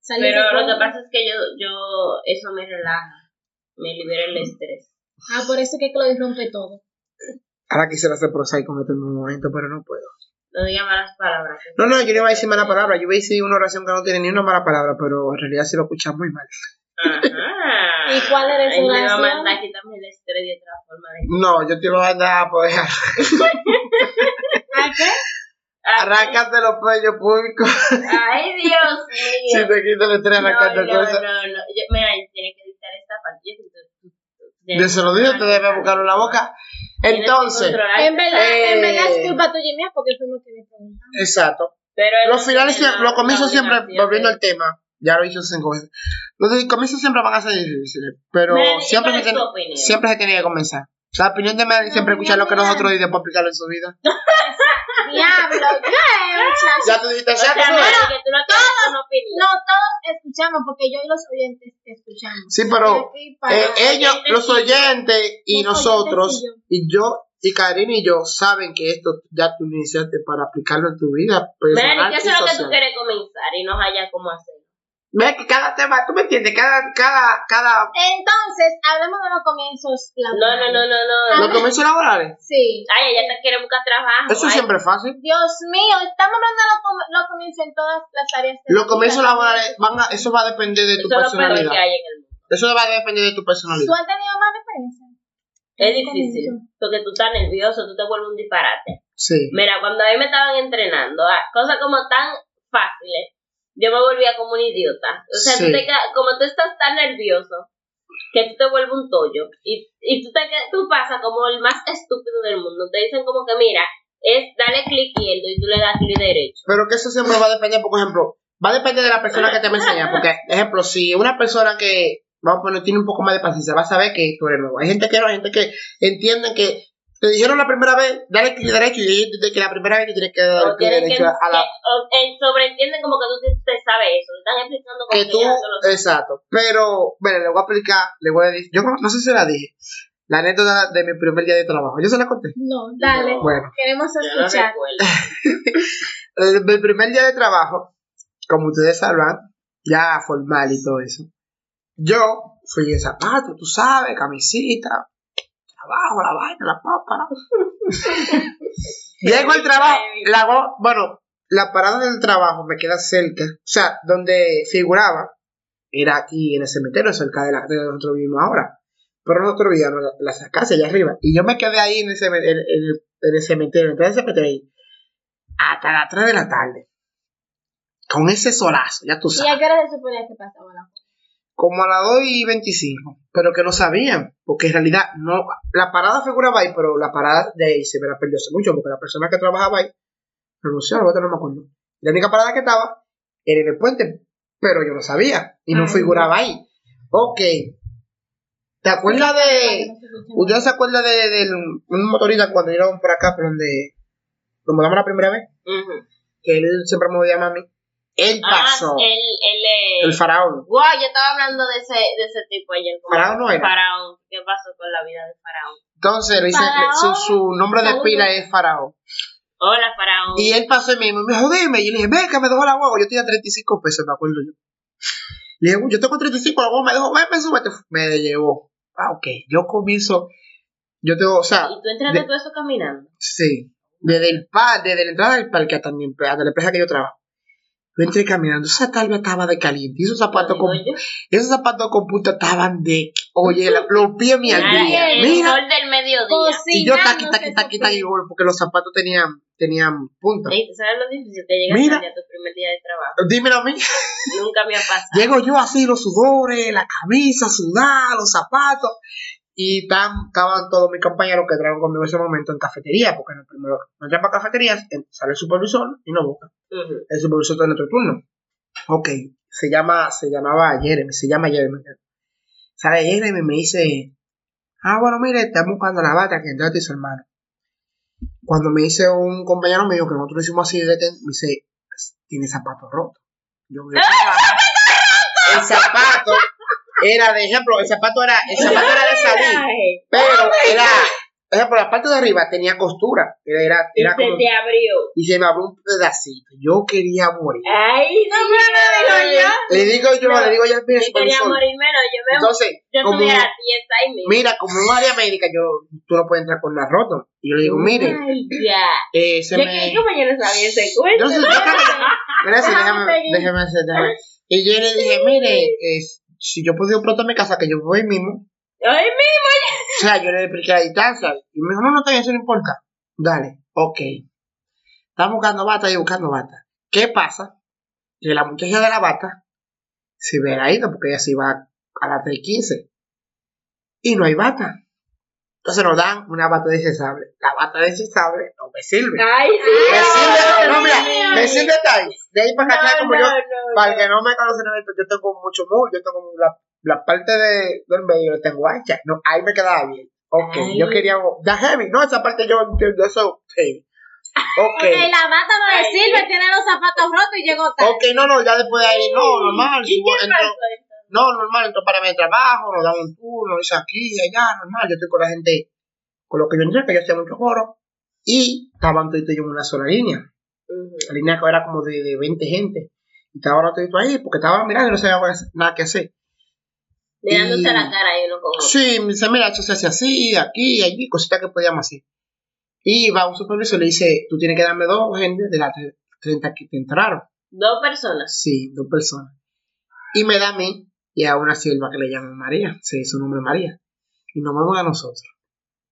Speaker 3: Salí
Speaker 2: Pero
Speaker 3: de
Speaker 2: lo que
Speaker 3: Chloe.
Speaker 2: pasa es que yo, yo, eso me relaja, me libera el estrés.
Speaker 3: Ah, por eso es que Chloe rompe todo.
Speaker 1: Ahora quisiera hacer prosaico en este mismo momento, pero no puedo.
Speaker 2: No diga malas palabras.
Speaker 1: No, no, yo no iba a decir mala palabra. Yo iba a decir una oración que no tiene ni una mala palabra, pero en realidad se lo escuchas muy mal.
Speaker 2: Ajá.
Speaker 3: ¿Y cuál era esa
Speaker 2: Ay, mi
Speaker 3: oración?
Speaker 2: mamá está quitando el estrés de otra forma de...
Speaker 1: No, yo te lo voy a dar pues, a poder.
Speaker 3: ¿A qué?
Speaker 2: Ah,
Speaker 1: Arráncate los cuellos públicos.
Speaker 2: Ay, Dios
Speaker 1: Si
Speaker 2: mío.
Speaker 1: te quitas el estrés,
Speaker 2: no,
Speaker 1: arrancate
Speaker 2: no, no,
Speaker 1: cosas.
Speaker 2: no. Yo, mira, tiene que editar esta parte. Yo siento-
Speaker 1: Yo se lo digo, te debes buscarlo en la boca.
Speaker 2: Tienes que
Speaker 1: Entonces,
Speaker 2: controlar-
Speaker 3: En verdad, en verdad
Speaker 1: Eh.
Speaker 3: es culpa tuya y mía porque fuimos quienes preguntamos.
Speaker 1: exacto.
Speaker 2: Pero
Speaker 1: Los
Speaker 2: no
Speaker 1: finales,
Speaker 2: tiene
Speaker 1: siempre-
Speaker 2: la-
Speaker 1: los comienzos
Speaker 2: la
Speaker 1: siempre,
Speaker 2: obligación
Speaker 1: volviendo
Speaker 2: de-
Speaker 1: al tema, ya lo hizo cinco veces. Los de- comienzos siempre van a ser difíciles, pero
Speaker 2: Melanie, ¿y
Speaker 1: siempre,
Speaker 2: cuál
Speaker 1: se
Speaker 2: es tu
Speaker 1: ten-
Speaker 2: opinión?
Speaker 1: siempre se tenía que comenzar. La opinión de Melanie
Speaker 3: La
Speaker 1: siempre escuchar
Speaker 3: opinión
Speaker 1: lo que
Speaker 3: de Melanie.
Speaker 1: nosotros y después aplicarlo en su vida.
Speaker 3: Diablo, ¿qué?
Speaker 1: Ya tú dijiste,
Speaker 2: O sea,
Speaker 1: ya tú sabes.
Speaker 2: Melanie, que tú no tienes una opinión.
Speaker 3: No, todos escuchamos porque yo y los oyentes escuchamos.
Speaker 1: Sí, pero
Speaker 3: Aquí
Speaker 1: eh,
Speaker 3: para-
Speaker 1: ellos, los oyentes y
Speaker 3: Los oyentes
Speaker 1: nosotros,
Speaker 3: y yo.
Speaker 1: y yo, y Karina y yo, saben que esto ya tú iniciaste para aplicarlo en tu vida personal
Speaker 2: Melanie, ¿qué
Speaker 1: y
Speaker 2: es lo que tú
Speaker 1: social.
Speaker 2: quieres comenzar y no hallas cómo hacerlo?
Speaker 1: Ve que cada tema, tú me entiendes, cada, cada, cada,
Speaker 3: Entonces, hablemos de los comienzos
Speaker 2: No, no, no, no, no.
Speaker 3: A
Speaker 1: los
Speaker 3: ver.
Speaker 1: comienzos laborales,
Speaker 3: Sí.
Speaker 2: Ay, ella te quiere buscar trabajo.
Speaker 1: eso
Speaker 2: Ah, ay.
Speaker 1: siempre es fácil.
Speaker 3: Dios mío, estamos hablando de los com- los comienzos en todas las áreas. de
Speaker 1: Los
Speaker 3: la
Speaker 1: comienzos
Speaker 3: vida.
Speaker 1: laborales, van a- eso va a depender de tu
Speaker 2: Eso es lo peor
Speaker 1: personalidad.
Speaker 2: que hay en el mundo.
Speaker 1: Eso va a depender de tu
Speaker 3: ¿Tú
Speaker 1: personalidad.
Speaker 3: has tenido más referencias?
Speaker 2: Es
Speaker 3: Comienzo.
Speaker 2: difícil, porque tú estás nervioso, tú te vuelves un disparate.
Speaker 1: Sí.
Speaker 2: Mira, cuando a mí me estaban entrenando, a cosas como tan fáciles, yo me volvía como un idiota. O sea,
Speaker 1: Sí.
Speaker 2: tú te, quedas- como tú estás tan nervioso, que tú te vuelves un tollo. Y, y tú, te, que- tú pasas como el más estúpido del mundo. Te dicen como que, mira, es dale clic izquierdo y tú le das clic derecho.
Speaker 1: Pero que eso siempre va a depender, por ejemplo, va a depender de la persona que te va a enseñar. Porque, ejemplo, si una persona que, vamos a poner, tiene un poco más de paciencia, va a saber que tú eres nuevo. Hay gente que no, hay gente que entiende que te dijeron la primera vez, dale clic derecho, y ellos entienden que la primera vez que tienes que dar
Speaker 2: O
Speaker 1: clic
Speaker 2: tienes que,
Speaker 1: derecho a la.
Speaker 2: o- eh, sobreentienden como que tú te, te sabes eso. Te están explicando como
Speaker 1: Que
Speaker 2: que
Speaker 1: tú,
Speaker 2: ya solo-
Speaker 1: exacto. Pero, mira, le voy a aplicar, le voy a decir, yo no, no sé si se la dije, la anécdota de mi primer día de trabajo. Yo se la conté.
Speaker 3: No, dale.
Speaker 2: No.
Speaker 1: Bueno.
Speaker 3: Queremos
Speaker 2: Yo no
Speaker 3: escuchar.
Speaker 2: recuerdo.
Speaker 1: el, el primer día de trabajo, como ustedes sabrán, ya formal y todo eso, yo fui de zapato, tú sabes, camisita, trabajo, la vaina, la papa. la- Llego al trabajo, la go- bueno, la parada del trabajo me queda cerca, o sea, donde figuraba, era aquí en el cementerio, cerca de, la, de donde nosotros vivimos ahora. Pero nosotros vivíamos en la, la casa allá arriba. Y yo me quedé ahí en el, ceme- en- en el- en el cementerio, entré al cementerio ahí, hasta las 3 de la tarde. Con ese solazo, ya tú
Speaker 3: ¿Y
Speaker 1: sabes.
Speaker 3: a qué hora se suponía que pasaba la
Speaker 1: Como a las 2 y 25. Pero que no sabían, porque en realidad no. La parada figuraba ahí, pero la parada de ahí se me la perdió hace mucho, porque la persona que trabajaba ahí renunció, la otra no me acuerdo. La única parada que estaba era en el puente, pero yo no sabía y no
Speaker 3: Ay.
Speaker 1: figuraba ahí. Ok. ¿Te acuerdas de.? ¿Usted Pues, se acuerda de, del- un motorista cuando llegaron por acá, por donde nos mudamos la primera vez?
Speaker 2: Ujú.
Speaker 1: Que él siempre me odiaba a mí. Él pasó.
Speaker 2: Ah, el, el,
Speaker 1: el faraón.
Speaker 2: Guau, yo estaba hablando de ese, de ese tipo ayer. como-
Speaker 1: Faraón no era.
Speaker 2: Faraón. ¿Qué pasó con la vida de Faraón?
Speaker 1: Entonces, le dice-
Speaker 3: Faraón.
Speaker 1: su, su nombre de
Speaker 3: Saúl.
Speaker 1: pila es faraón.
Speaker 2: Hola, Faraón.
Speaker 1: Y él pasó y me dijo, me dijo, dime. Y yo le dije, ve que me dejó la huevo. Yo tenía 35 pesos, me acuerdo yo. Le dije, yo tengo 35, la huevo me dejó, ven, me súbete. Me llevó. Ah, ok. Yo comienzo, yo tengo, o sea,
Speaker 2: ¿Y tú entraste
Speaker 1: ah, de-
Speaker 2: todo eso caminando?
Speaker 1: Sí. Desde el par, desde la entrada del parque hasta, mi, empe- hasta la empresa que yo trabajo. Yo entré caminando. Esa talba estaba de caliente. Y esos zapatos
Speaker 2: Lo
Speaker 1: con,
Speaker 2: digo yo.
Speaker 1: esos zapatos con punta estaban de. Oye, la- los pies me
Speaker 2: Nada,
Speaker 1: ardían.
Speaker 2: el
Speaker 1: Mira. Oh,
Speaker 2: sol del mediodía.
Speaker 1: Y
Speaker 3: Cocinando
Speaker 1: yo taqui, taqui, taqui, taqui, porque los zapatos tenían, tenían punta.
Speaker 2: Ey, ¿Sabes lo difícil que llegas
Speaker 1: Mira.
Speaker 2: tarde a tu primer día de trabajo?
Speaker 1: Dímelo a mí.
Speaker 2: Nunca me ha pasado.
Speaker 1: Llego yo así, los sudores, la camisa, sudada, los zapatos. Y tan, estaban todos mis compañeros que entraron conmigo en ese momento en cafetería, porque en el primero, no entran para cafeterías, en- sale el supervisor y no busca.
Speaker 2: Ujú.
Speaker 1: el supervisor está en otro turno. Ok, se llama, se llamaba Jeremy, se llama Jeremy. Sale Jeremy y me dice, ah, bueno, mire, estamos buscando la bata que entraste y su hermano. Cuando me dice un compañero mío que nosotros hicimos así, de ten- me dice, tiene zapatos rotos. Yo veo el zapato era, de ejemplo, el zapato era, el zapato era de salir,
Speaker 2: Ay,
Speaker 1: pero era, O sea, por la parte de arriba tenía costura. Era, era,
Speaker 2: Y
Speaker 1: era
Speaker 2: se
Speaker 1: como-
Speaker 2: te abrió.
Speaker 1: y se me abrió un pedacito. Yo quería
Speaker 2: Ah,
Speaker 1: morir.
Speaker 2: Ay,
Speaker 3: No, pero no, digo yo.
Speaker 1: Le digo yo,
Speaker 2: No,
Speaker 1: le digo yo al
Speaker 2: Yo
Speaker 1: primer
Speaker 2: quería
Speaker 1: supervisor.
Speaker 2: morir menos. Yo me
Speaker 1: Entonces,
Speaker 2: yo
Speaker 1: como,
Speaker 2: tuviera 10 ahí mismo.
Speaker 1: mira, como en un área médica, yo, tú no puedes entrar con la rota. Y yo le digo, mire,
Speaker 2: Ay, ya.
Speaker 1: eh, se
Speaker 2: yo
Speaker 1: me...
Speaker 2: que como yo no sabía ese cuento.
Speaker 1: Yo sé, yo que- Gracias,
Speaker 3: Déjame
Speaker 1: déjame,
Speaker 3: seguir.
Speaker 1: déjame hacer, déjame. Y yo le dije, mire, eh, si yo puedo ir pronto a mi casa, que yo voy mismo.
Speaker 2: Ay,
Speaker 1: O
Speaker 2: mismo.
Speaker 1: sea, yo le expliqué la distancia. Y me dijo, no, no, está bien, eso no importa. Dale, ok. Están buscando bata y buscando bata. ¿Qué pasa? Que la muchacha de la bata se hubiera ido porque ella se iba a las 3.15. Y no hay bata. Entonces nos dan una bata desechable. La bata desechable no me sirve.
Speaker 2: Ay,
Speaker 1: Me
Speaker 2: sí.
Speaker 1: sirve, no, mira, me sirve hasta ahí. De ahí para acá,
Speaker 2: No,
Speaker 1: como
Speaker 2: no,
Speaker 1: yo,
Speaker 2: no,
Speaker 1: para el que no me conoce, no, yo tengo mucho muro, yo tengo la, la parte de, del medio, yo tengo ancha. No, ahí me quedaba bien. Ok,
Speaker 2: Ay.
Speaker 1: yo quería. Da heavy, no, esa parte yo entiendo eso. sí.
Speaker 3: Porque
Speaker 1: Ok,
Speaker 3: la bata no le
Speaker 2: Ay,
Speaker 3: sirve, tiene los zapatos rotos y llegó tarde.
Speaker 1: ok, no, no, ya después de ahí, no, normal.
Speaker 2: ¿Y
Speaker 1: si vos-
Speaker 2: qué
Speaker 1: entro-
Speaker 2: pasó entonces?
Speaker 1: no, normal, entonces para mi trabajo, nos dan un turno, es aquí, allá, normal. Yo estoy con la gente, con lo que yo entré, que yo hacía mucho coro, y estaban todos ellos en una sola línea.
Speaker 2: Ujú.
Speaker 1: La línea que era como de, de 20 gente. Y estaba todo esto ahí porque estaba mirando y no sabía nada que hacer.
Speaker 2: Mirándose
Speaker 1: Y-
Speaker 2: la cara y uno con otro.
Speaker 1: Sí, me dice, mira, eso se hace así, aquí, allí, cositas que podíamos hacer. Y va un supervisor y le dice, tú tienes que darme dos gente de las tre- 30 que te entraron.
Speaker 2: Dos personas.
Speaker 1: Sí, dos personas. Y me da a mí y a una sierva que le llaman María, se dice su nombre María. Y nos vamos a nosotros.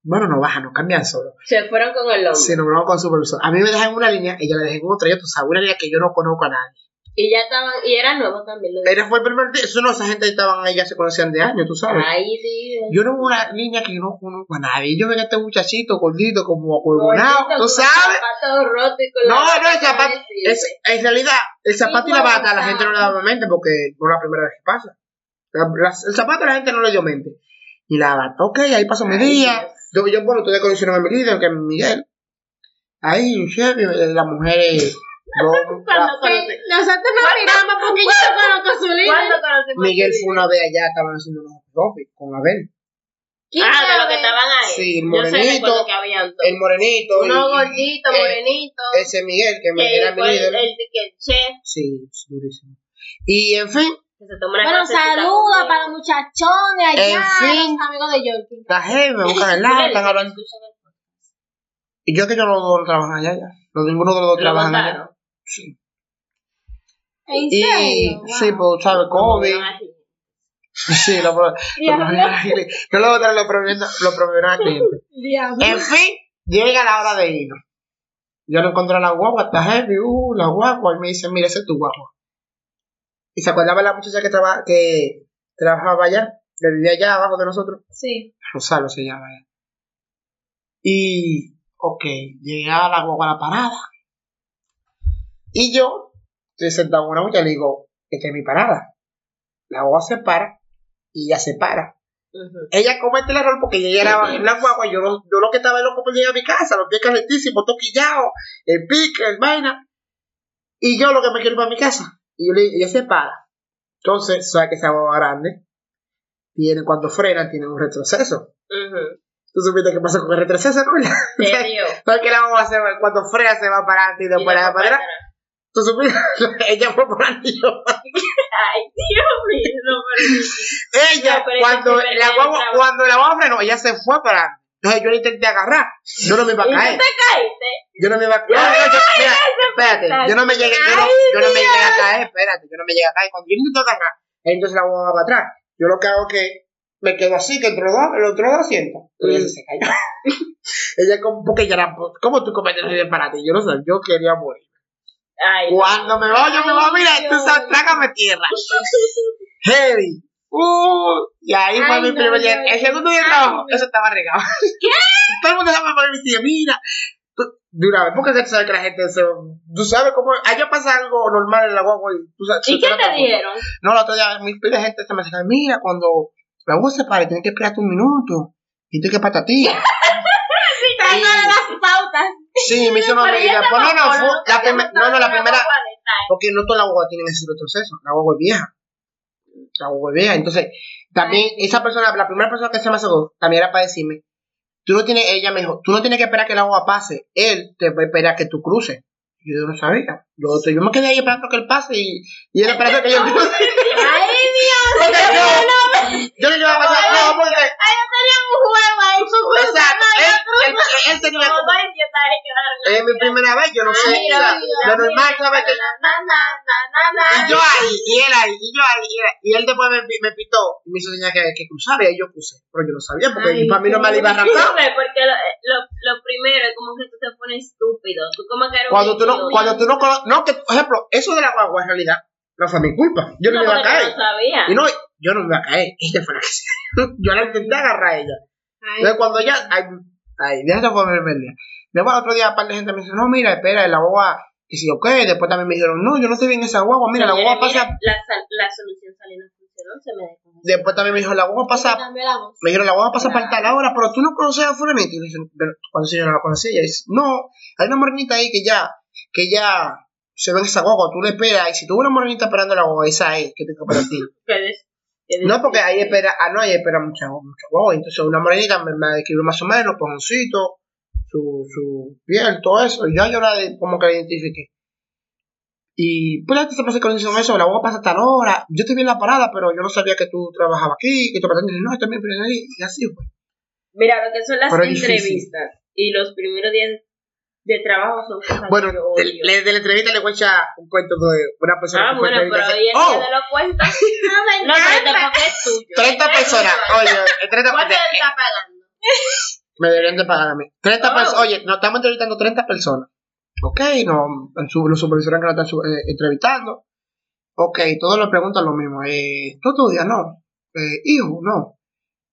Speaker 1: Bueno, no bajan, nos cambian solo.
Speaker 2: Se fueron con el hombre.
Speaker 1: Se nos vamos con el supervisor. A mí me dejan en una línea, ella la deja en otra, ya tú sabes, una línea que yo no conozco a nadie.
Speaker 2: Y ya estaban, y era nuevo también. Lo
Speaker 1: Era fue el primer día. Eso no, esa gente estaban ahí, ya se conocían de años, tú sabes.
Speaker 2: Ay, Dios.
Speaker 1: Yo no hubo una niña que yo no conozco a nadie. Yo veía a este muchachito gordito, como acuergonado,
Speaker 2: Gordito,
Speaker 1: tú
Speaker 2: con
Speaker 1: sabes.
Speaker 2: el zapato roto y con
Speaker 1: No,
Speaker 2: la
Speaker 1: no, el
Speaker 2: bata
Speaker 1: zapato.
Speaker 2: no le
Speaker 1: es-
Speaker 2: sirve.
Speaker 1: en realidad, el zapato y la bata la gente no le daba mente porque no es la primera vez que pasa. La- la- el zapato la gente no le dio mente. Y la bata, ok, ahí pasó mi
Speaker 2: Ay,
Speaker 1: día.
Speaker 2: Dios.
Speaker 1: Yo, yo, bueno, estoy de condición a mi líder, que es Miguel. Ahí, chef, y eh, las mujeres. yo- la-
Speaker 2: Cuando conocí-
Speaker 3: Nosotros nos miramos porque yo no conozco su
Speaker 2: ¿Cuándo
Speaker 3: líder.
Speaker 2: conocimos
Speaker 1: Miguel
Speaker 2: a tu
Speaker 1: fue una vez allá, estaban haciendo unos coffee con Abel.
Speaker 3: ¿Quién
Speaker 2: Ah, de
Speaker 3: sabe?
Speaker 2: los que estaban ahí.
Speaker 1: Sí, el
Speaker 2: Yo sé
Speaker 1: morenito,
Speaker 2: recuerdo que habían dos.
Speaker 1: el morenito
Speaker 2: Uno
Speaker 1: y, y
Speaker 2: gordito,
Speaker 1: eh,
Speaker 2: morenito.
Speaker 1: ese Miguel que me
Speaker 2: que
Speaker 1: era mi
Speaker 2: fue el,
Speaker 1: líder.
Speaker 2: el- que el chef
Speaker 1: Sí, es durísimo. Y en fin,
Speaker 2: que se tomó una
Speaker 3: Bueno,
Speaker 2: clasecita
Speaker 3: saludos
Speaker 2: conmigo.
Speaker 3: para los muchachones allá,
Speaker 1: En fin.
Speaker 3: los amigos de Yorkie.
Speaker 1: la jefe me buscan el lado, están hablando. Y yo que yo los dos no trabajan allá ya. Los ninguno de los dos
Speaker 2: Lo
Speaker 1: trabajan allá.
Speaker 2: botaron.
Speaker 1: Sí.
Speaker 3: ¿En
Speaker 1: Y
Speaker 3: serio? Wow.
Speaker 1: sí, pues sabes, COVID.
Speaker 2: Ah,
Speaker 1: Sí, lo, lo promovieron a cliente. No lo botaron, lo promovieron, lo promovieron a cliente.
Speaker 3: Diablo.
Speaker 1: En fin, llega la hora de irnos. Yo no encontré la guagua, está heavy, uh, la guagua. Y me dice, mira, esa es tu guagua. Y se acordaba la muchacha que, traba- que trabajaba allá, que vivía allá abajo de nosotros.
Speaker 3: Sí.
Speaker 1: Rosalo se llama ella. Y, ok, llegaba la guagua a la parada. Y yo estoy sentado en una muchacha y le digo, esta es mi parada. La guagua se para y ella se para.
Speaker 2: Ujú.
Speaker 1: Ella comete el error porque ella era en la guagua. Yo, lo- yo lo que estaba loco por llegar a mi casa, los pies calentísimos, toquillado, el pique, el vaina. Y yo lo que me quiero ir para mi casa. Y yo le, ella se para. Entonces, sabe que esa guagua grande tiene, cuando frenan, tienen un retroceso.
Speaker 2: Ujú.
Speaker 1: Tú supiste qué pasó con el retroceso, ¿no?
Speaker 2: Se dio.
Speaker 1: ¿Sabes qué la vamos a hacer? Cuando frena se va para adelante y
Speaker 2: Y
Speaker 1: después la
Speaker 2: la
Speaker 1: va para atrás. Tú supiste, ella fue por adelante y yo.
Speaker 2: Ay, Dios mío, no, pero-
Speaker 1: Ella,
Speaker 2: No, pero
Speaker 1: cuando,
Speaker 2: esa
Speaker 1: la
Speaker 2: es primera
Speaker 1: guagua,
Speaker 2: entrada.
Speaker 1: cuando la guagua frenó, ella se fue para adelante. Entonces yo la intenté agarrar. Yo no me iba a
Speaker 2: ¿Y tú
Speaker 1: caer.
Speaker 2: te caíste?
Speaker 1: Yo no me iba a caer. No, no, yo- mira, espérate. Yo no me llegué, yo no, yo no me llegué a caer. Espérate, yo no me llegué a caer. Cuando yo intento agarrar, entonces la guagua va para atrás. Yo lo que hago es que me quedo así, que entre los dos, los otros dos asientos. Y ella Pues, se cayó. ella, como, porque ella era. pues, ¿Cómo tú cometes el disparate? Yo no sé, yo quería morir.
Speaker 2: Ay,
Speaker 1: Cuando me voy, yo me voy, mira,
Speaker 3: Ay,
Speaker 1: tú sabes,
Speaker 3: Dios.
Speaker 1: trágame tierra. Heavy. Uh, y ahí fue
Speaker 3: Ay,
Speaker 1: mi
Speaker 3: no,
Speaker 1: primer día.
Speaker 3: no,
Speaker 1: El segundo día de
Speaker 3: ay,
Speaker 1: trabajo,
Speaker 3: no.
Speaker 1: eso estaba regado. Todo el mundo estaba por mi tía, mira. tú- De una vez, porque tú sabes que la gente se. Tú sabes cómo. Allá pasa algo normal en la guagua. Y, tú sabes,
Speaker 2: ¿Y
Speaker 1: se
Speaker 2: qué
Speaker 1: trata
Speaker 2: te
Speaker 1: mucho.
Speaker 2: dieron?
Speaker 1: No, la otra día, mi pila de gente se me acerca. Mira, cuando la guagua se pare, tienes que esperarte un minuto. Y tú que patatilla.
Speaker 3: Tengo las pautas.
Speaker 1: Sí, me hizo una
Speaker 2: Pero ya
Speaker 1: medida. Pues
Speaker 2: estamos
Speaker 1: no, no,
Speaker 2: solos,
Speaker 1: fue la
Speaker 2: estamos
Speaker 1: primer- no, no, la
Speaker 2: solos,
Speaker 1: primera.
Speaker 2: vamos a estar.
Speaker 1: Porque no toda la guagua tiene ese retroceso. La guagua es vieja. La guagua es vieja. Entonces, también esa persona, la primera persona que se me acercó, también era para decirme, Tú no tienes, ella me dijo, tú no tienes que esperar que el agua pase, él te va a esperar que tú cruces. Y Yo no sabía. Yo, yo me quedé ahí esperando que él pase y, y él esperando que yo cruce.
Speaker 3: ¡Ay, Dios!
Speaker 1: Porque
Speaker 3: mío,
Speaker 1: yo-
Speaker 3: no,
Speaker 1: Yo le llevaba no, porque
Speaker 3: ¡Ay, yo tenía un juego ahí! su juego,
Speaker 1: Exacto,
Speaker 3: no, yo
Speaker 1: él,
Speaker 3: cruzo.
Speaker 1: él- él tenía
Speaker 2: Como dos idiotas que quedaron
Speaker 1: Es Eh, mi primera vez, yo no sé.
Speaker 3: Ay,
Speaker 1: la-
Speaker 3: Dios
Speaker 1: lo
Speaker 3: mío.
Speaker 1: normal es la vez que.
Speaker 3: Na, na, na, na, na.
Speaker 1: Y yo ahí, y él ahí, y yo ahí, y él, y él después me, me pitó y me hizo señal que, que cruzara, y ahí yo crucé. Pero yo no sabía, porque
Speaker 3: Ay,
Speaker 1: para mí no me la iba a
Speaker 2: No,
Speaker 1: arrastrar.
Speaker 2: ve, porque lo, eh, lo, lo primero es como que tú te pones estúpido. Tú como que eres un
Speaker 1: Cuando tú no,
Speaker 2: idiota.
Speaker 1: cuando tú no cono- no, que, por ejemplo, eso de la guagua en realidad no fue mi culpa. Yo no,
Speaker 2: No,
Speaker 1: me iba a
Speaker 2: porque
Speaker 1: caer.
Speaker 2: no sabía.
Speaker 1: Y no, yo no me iba a caer. Ella fue la que se. Yo la intenté agarrar a ella.
Speaker 3: Ay,
Speaker 1: Entonces cuando ya, ay, ay, ya se fue el primer día. Después al otro día, un par de gente me dice, no, mira, espera, la guagua, y si, ok, después también me dijeron, no, yo no estoy bien esa guagua, mira, la
Speaker 2: Señores,
Speaker 1: guagua pasa,
Speaker 2: mira, La, sal- la solución salió no funcionó, se me dejó.
Speaker 1: después también me dijo, la guagua pasa,
Speaker 3: cambié la voz.
Speaker 1: me dijeron, la guagua pasa para tal hora, pero tú no conoces a Fulanito, y le dicen, pero cuando yo no la conocía, ella dice, no, hay una morenita ahí que ya, que ya se ve en esa guagua, tú la esperas, y si tú ves una morenita esperando la guagua, esa es, que tengo para ti.
Speaker 2: Que des- que des-
Speaker 1: No, porque ahí espera, ah, no, ahí espera mucha, mucha guagua. Entonces una morenita me, me describió más o menos, pojoncito, su, su piel, todo eso. Y ya yo la de- como que la identifiqué. Y pues la gente se pasa con eso, la guagua pasa a tal hora. Yo estoy bien la parada, pero yo no sabía que tú trabajabas aquí, que tú pretendías, no, estoy bien, pero ahí", y así fue.
Speaker 2: Mira, lo que son las
Speaker 1: Pero es difícil.
Speaker 2: entrevistas y los primeros días de trabajo son cosas
Speaker 1: Bueno,
Speaker 2: que yo
Speaker 1: de,
Speaker 2: odio.
Speaker 1: le- de la entrevista le voy a echar un cuento de una persona
Speaker 2: Ah,
Speaker 1: que fue
Speaker 2: bueno, pero
Speaker 1: entrevista
Speaker 2: hoy en
Speaker 1: hace-
Speaker 2: día
Speaker 1: ¡Oh!
Speaker 2: de los cuentos.
Speaker 3: No me
Speaker 2: No, pero
Speaker 3: encanta.
Speaker 2: tampoco es tuyo.
Speaker 1: 30 personas, oye, 30
Speaker 3: ¿Cuánto le está pagando?
Speaker 1: Me deberían de pagar a mí. 30
Speaker 2: Oh.
Speaker 1: personas. Oye, nos estamos entrevistando 30 personas. Ok, no, en su- los supervisores que nos están su- eh, entrevistando. Ok, todos le preguntan lo mismo. Eh, ¿Tú estudias? No. Eh, ¿Hijo? No.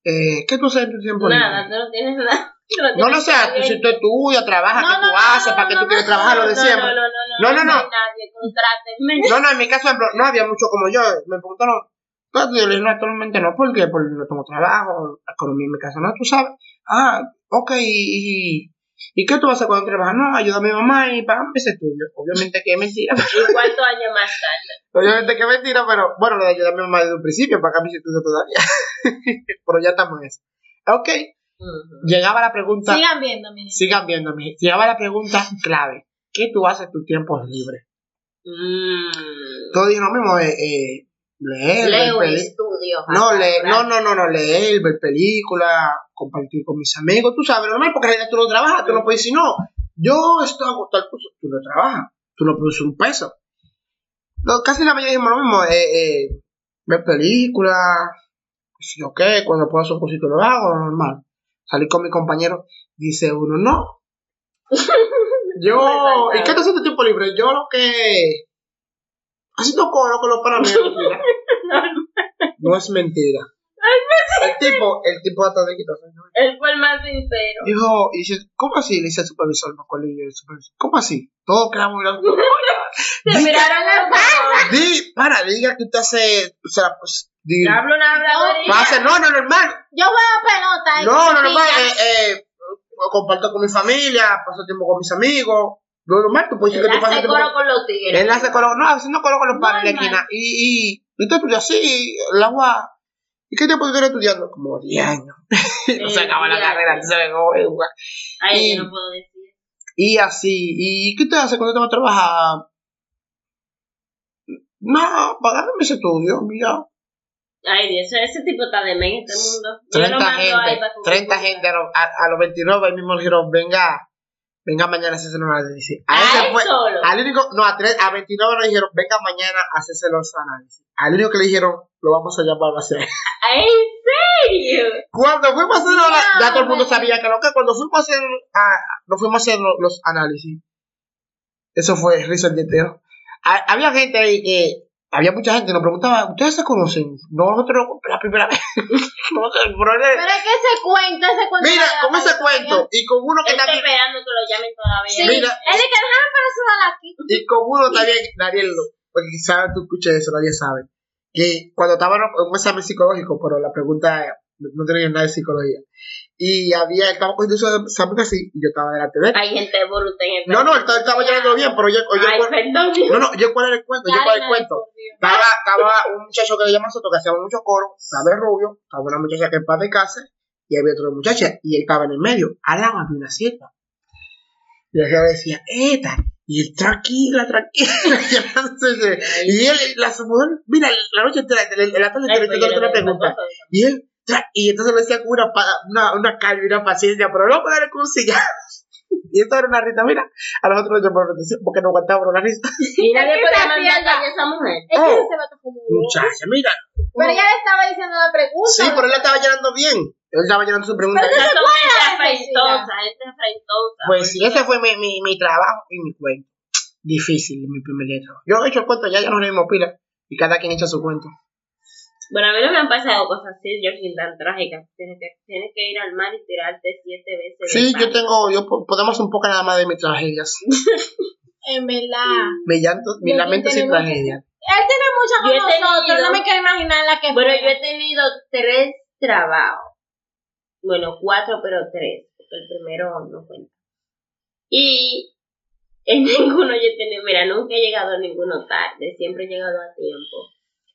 Speaker 1: Eh, ¿Qué tú haces en tu tiempo
Speaker 2: Nada,
Speaker 1: libre?
Speaker 2: tú no tienes nada. tú tienes
Speaker 1: No, no
Speaker 2: nada
Speaker 1: sea, tú,
Speaker 2: que
Speaker 1: si tú estudias, trabajas,
Speaker 3: No,
Speaker 1: ¿qué
Speaker 3: no,
Speaker 1: tú
Speaker 3: no,
Speaker 1: haces?
Speaker 3: no,
Speaker 1: ¿Para qué
Speaker 3: no,
Speaker 1: tú quieres
Speaker 3: no,
Speaker 1: trabajar? Lo de
Speaker 2: no,
Speaker 1: siempre.
Speaker 2: No, no,
Speaker 1: No,
Speaker 2: no,
Speaker 1: no,
Speaker 2: no,
Speaker 1: no.
Speaker 2: no, hay nadie, contrátenme.
Speaker 1: No, no, en mi caso, por ejemplo, no había mucho como yo. Me preguntaron, ¿tú estudias? Le dije, no, actualmente no, porque por, no tengo trabajo, la economía en mi casa, no, tú sabes. Ah, ok, y, y, ¿y qué tú vas a hacer cuando trabajas? No, ayuda a mi mamá y pagame ese estudio. Obviamente que es mentira.
Speaker 2: ¿Y cuántos años más tarde?
Speaker 1: Obviamente que es mentira, pero bueno, lo de ayudar a mi mamá desde un principio, pagar mis estudios todavía. pero ya estamos en eso. Ok, llegaba la pregunta,
Speaker 3: Sigan viéndome.
Speaker 1: sigan viéndome, llegaba la pregunta clave. ¿Qué tú haces en tus tiempos libres?
Speaker 2: Mm.
Speaker 1: Todo dije lo mismo, eh, eh, leer, ver
Speaker 2: Leo
Speaker 1: peli-
Speaker 2: estudio.
Speaker 1: No, le,
Speaker 2: Ahora,
Speaker 1: no, no, no, no, leer, ver películas, compartir con mis amigos, tú sabes, normal, porque en realidad tú no trabajas, tú no puedes decir, no, yo estoy agotado el curso, tú no trabajas, tú no produces un peso. No, casi la mayoría dijimos lo mismo, eh, eh, ver películas, qué sé yo qué, cuando puedo hacer un cursito lo hago, normal. Salir con mi compañero, dice uno, no. yo, ¿y qué te hace tu tiempo libre? Yo lo que... Haciendo coro con los panameños. mira. No es mentira. El tipo, el tipo hasta de quitarse.
Speaker 2: Él fue el más sincero.
Speaker 1: Dijo, y dice, ¿cómo así? Le dice el supervisor, me acuerdo yo, el supervisor, ¿cómo así? Todos quedamos mirando.
Speaker 2: Se
Speaker 1: Di-
Speaker 2: miraron las manos.
Speaker 1: Di, para, diga que usted hace, o sea, pues, di,
Speaker 2: Te hablo una habladoría.
Speaker 1: pase, no, no, normal.
Speaker 3: Yo juego pelota. y
Speaker 1: No, no, normal,
Speaker 3: costillas.
Speaker 1: eh, eh, comparto con mi familia, paso tiempo con mis amigos. Lo normal, tú puedes decir
Speaker 2: Él
Speaker 1: que tú pasas
Speaker 2: hace
Speaker 1: tiempo
Speaker 2: coro
Speaker 1: con...
Speaker 2: con los tigres.
Speaker 1: Él hace coro, no, a veces no coro con los padres de la
Speaker 3: Normal.
Speaker 1: esquina. Y, y, y tú estudias así, el agua... ¿Y qué tiempo tú estás estudiando? Como 10 años. no se acaba la
Speaker 2: Eh,
Speaker 1: carrera, tú sabes cómo es, güey.
Speaker 2: Ay,
Speaker 1: Y-
Speaker 2: yo no puedo decir.
Speaker 1: Y así, ¿y qué te hace cuando te vas a trabajar? No, pagarme ese estudio, mira.
Speaker 2: Ay, Dios, ese tipo está de men en este mundo. Yo
Speaker 1: 30
Speaker 2: lo mando ahí
Speaker 1: gente,
Speaker 2: para que-
Speaker 1: 30 gente a, lo- a, a los 29, ahí mismo le dijeron, venga, venga mañana a hacérselo los análisis. A
Speaker 2: A
Speaker 1: ese
Speaker 2: Ah, él
Speaker 1: fue,
Speaker 2: solo.
Speaker 1: al único, no, a, tres, a 29 le dijeron, venga mañana a hacerse los análisis. Al único que le dijeron, lo vamos a llamar a hacer.
Speaker 2: Ay, ¿En ¿Ah, serio?
Speaker 1: Cuando fuimos a hacer los
Speaker 3: Ya,
Speaker 1: ya todo el mundo
Speaker 3: hombre.
Speaker 1: sabía que lo que, cuando fuimos a hacer, a, nos fuimos a hacer lo- los, análisis, eso fue risa el día entero. Ha- había gente ahí que, había mucha gente que nos preguntaba, ¿ustedes se conocen? No, Nosotros, la primera vez. No sé, pero
Speaker 3: Pero
Speaker 1: era-
Speaker 3: es que ese cuento, ese cuento.
Speaker 1: mira,
Speaker 3: de la
Speaker 1: con ese
Speaker 3: historia.
Speaker 1: cuento, y con uno que
Speaker 2: Él está
Speaker 1: también,
Speaker 2: esperando que lo llamen
Speaker 3: Sí.
Speaker 2: todavía.
Speaker 1: Mira.
Speaker 3: Él es que no pero se va aquí.
Speaker 1: y con uno también, nadie lo, porque quizás tú escuches eso, nadie sabe. Que cuando estábamos en un examen psicológico, pero la pregunta no tenía nada de psicología. Y había, estaba cogiendo su examen así, y yo estaba delante de él.
Speaker 2: Hay gente voluta en el
Speaker 1: No, no, él estaba, estaba llevando bien, pero yo, yo
Speaker 2: Ay, perdón. Dios.
Speaker 1: no, no, yo cuál era el cuento, yo cuál era el cuento. Estaba, estaba un muchacho que le llaman Soto, que hacía mucho coro, sabe rubio, estaba una muchacha que es paz de casa, y había otra muchacha y él estaba en el medio. Al lado había una sierva. Y la sierva decía, ¡Eta! Y él, tranquila, tranquila. y él, la su mujer, mira, la noche entera, en la tarde
Speaker 2: pues,
Speaker 1: entera, le hizo otra pregunta. Y él, tra- y entonces lo decía con una, pa- una, una calma y una paciencia, pero no poder con un cigarro. Y esto era una risa, mira, a nosotros nos llamaron la atención porque no aguantábamos la risa.
Speaker 2: Mira
Speaker 3: Es que
Speaker 2: después
Speaker 3: esa
Speaker 2: la maldad
Speaker 3: fiesta-
Speaker 2: de esa mujer.
Speaker 3: Es que
Speaker 1: Oh.
Speaker 3: ese vato fue muy bien.
Speaker 1: Muchacha, mira.
Speaker 3: Pero ella le estaba diciendo la pregunta.
Speaker 1: Sí, pero él la estaba llenando bien. Él estaba llenando su pregunta.
Speaker 2: Esas son gente
Speaker 3: la
Speaker 2: afrentosa, gente afrentosa.
Speaker 1: Pues sí, ese fue mi, mi, mi trabajo y mi cuento. Difícil, mi primer día de trabajo. Yo he hecho el cuento, ya, ya nos reímos pila. Y cada quien echa su cuento.
Speaker 2: Bueno, a mí no me han pasado cosas así, Georgie, tan trágicas. Tienes que, tienes que ir al mar y tirarte siete veces. del
Speaker 1: Sí, yo
Speaker 2: barco.
Speaker 1: tengo, yo po- podemos un poco nada más de mis tragedias.
Speaker 3: En verdad.
Speaker 1: Mi llanto, mi
Speaker 3: Yo
Speaker 1: lamento sin
Speaker 3: tenemos-
Speaker 1: tragedia.
Speaker 3: Él tiene muchas
Speaker 2: Yo he
Speaker 3: con nosotros,
Speaker 2: tenido-
Speaker 3: no me quiero imaginar la que
Speaker 2: Bueno,
Speaker 3: fue.
Speaker 2: yo he tenido tres trabajos. Bueno, cuatro, pero tres. Porque el primero no cuenta. Y en ninguno yo he tenido, mira, nunca he llegado a ninguno tarde, siempre he llegado a tiempo.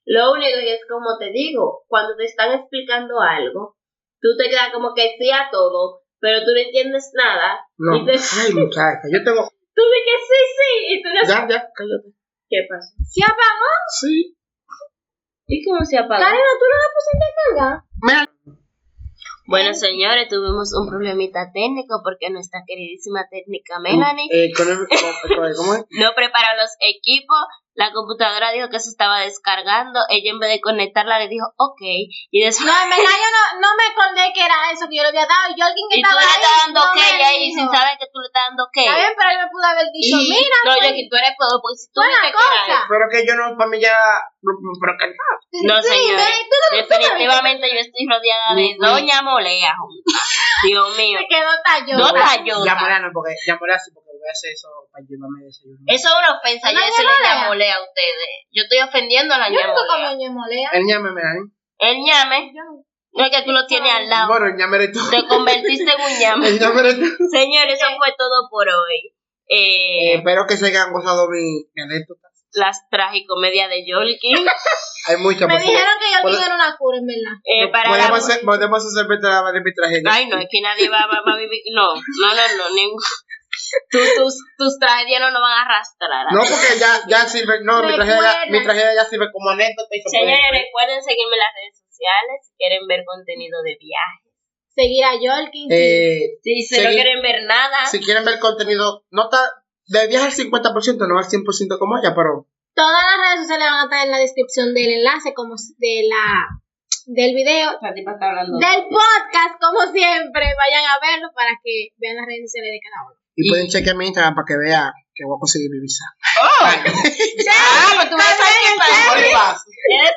Speaker 2: Lo único que es como te digo, cuando te están explicando algo, tú te quedas como que sí a todo, pero tú no entiendes nada.
Speaker 1: No,
Speaker 2: Y te-
Speaker 1: ay muchacha, yo tengo,
Speaker 2: Tú de que sí, sí, y tú no
Speaker 1: ya, ya, cállate.
Speaker 2: ¿Qué pasó?
Speaker 3: ¿Se apagó?
Speaker 1: Sí.
Speaker 2: ¿Y cómo se apagó?
Speaker 3: Karina, ¿tú no la pusiste a cargar?
Speaker 1: Mira,
Speaker 2: Bueno, señores, tuvimos un problemita técnico porque nuestra queridísima técnica Melanie
Speaker 1: eh, con el, con- con el- ¿cómo es?
Speaker 2: no preparó los equipos. La computadora dijo que se estaba descargando. Ella en vez de conectarla le dijo, ok. Y después...
Speaker 3: No, en verdad yo no, no me acordé que era eso que yo le había dado. Y yo alguien que
Speaker 2: y tú
Speaker 3: estaba
Speaker 2: le estás
Speaker 3: ahí,
Speaker 2: dando
Speaker 3: no
Speaker 2: ok
Speaker 3: me
Speaker 2: y ahí
Speaker 3: dijo.
Speaker 2: sin saber que tú le estás dando ok.
Speaker 3: Está bien, pero él me pudo haber dicho,
Speaker 2: Y-
Speaker 3: mira,
Speaker 2: no,
Speaker 3: pues,
Speaker 2: yo que tú eres podo, porque si tú
Speaker 3: Buena
Speaker 2: viste que era
Speaker 3: cosa.
Speaker 1: Pero que yo no, para mí ya, pero que
Speaker 3: sí,
Speaker 2: No,
Speaker 3: sí,
Speaker 2: señores.
Speaker 3: ve, tú no- tú no viste.
Speaker 2: Definitivamente yo estoy rodeada de
Speaker 1: Ujú.
Speaker 2: doña molea. junta. Dios mío.
Speaker 3: Se quedó tallón.
Speaker 2: No
Speaker 1: pero-
Speaker 2: tallota.
Speaker 1: Ya mola, no, porque, ya mola, sí, porque voy a hacer eso para llevarme desayuno.
Speaker 2: Eso es una ofensa,
Speaker 3: ¿A
Speaker 2: yo
Speaker 3: la
Speaker 2: se le
Speaker 3: ñamolea?
Speaker 2: ñamolea a ustedes. Yo estoy ofendiendo a la
Speaker 3: Yo nunca comí
Speaker 2: ñamolea. Eh.
Speaker 3: ñemolea.
Speaker 1: El ñame, Melanie.
Speaker 2: El ñame
Speaker 3: Yo-
Speaker 2: no es que tú lo tienes al lado.
Speaker 1: Bueno, el ñame eres tú.
Speaker 2: Te convertiste en un
Speaker 1: El
Speaker 2: ñame.
Speaker 1: ñame eres tú.
Speaker 2: Señores, eso fue todo por hoy.
Speaker 1: Eh,
Speaker 2: Eh,
Speaker 1: espero que se hayan gozado mi, mi anécdota.
Speaker 2: las tragicomedias de eh, Yolkin.
Speaker 1: Hay muchas
Speaker 3: Me
Speaker 1: por favor.
Speaker 3: dijeron que yo
Speaker 1: Puedo-
Speaker 3: tenía una cura, en verdad.
Speaker 2: Eh,
Speaker 1: No,
Speaker 2: para la-
Speaker 1: podemos, hacer, podemos hacer venta de mi tragedia.
Speaker 2: Ay, no, es que nadie va, va- va a vivir. No, no, no, no. ningún- Tus, tus, tus tragedias no nos van a arrastrar.
Speaker 1: No, porque ya, ya sirve. No, mi tragedia,
Speaker 3: Recuerda.
Speaker 1: mi tragedia ya sirve como anécdota. Y se puede-
Speaker 2: Señores, recuerden seguirme en las redes sociales si quieren ver contenido de viaje.
Speaker 3: Seguir a Yolkin.
Speaker 1: Eh,
Speaker 2: Sí, si no
Speaker 1: Seguir-
Speaker 2: quieren ver nada,
Speaker 1: si quieren ver contenido, no está. De viaje al 50%, no al 100% como ella, pero.
Speaker 3: Todas las redes sociales van a estar en la descripción del enlace, como s- de la del video,
Speaker 2: esta tipa está hablando.
Speaker 3: del podcast, como siempre. Vayan a verlo para que vean las redes sociales de cada uno.
Speaker 1: Y,
Speaker 2: Y-
Speaker 1: pueden chequear mi Instagram para que vea que voy a conseguir mi visa.
Speaker 2: ¡Oh! ¡Ah, pues tú vas a
Speaker 1: Por
Speaker 2: saber qué pasa.
Speaker 1: más.
Speaker 2: Eres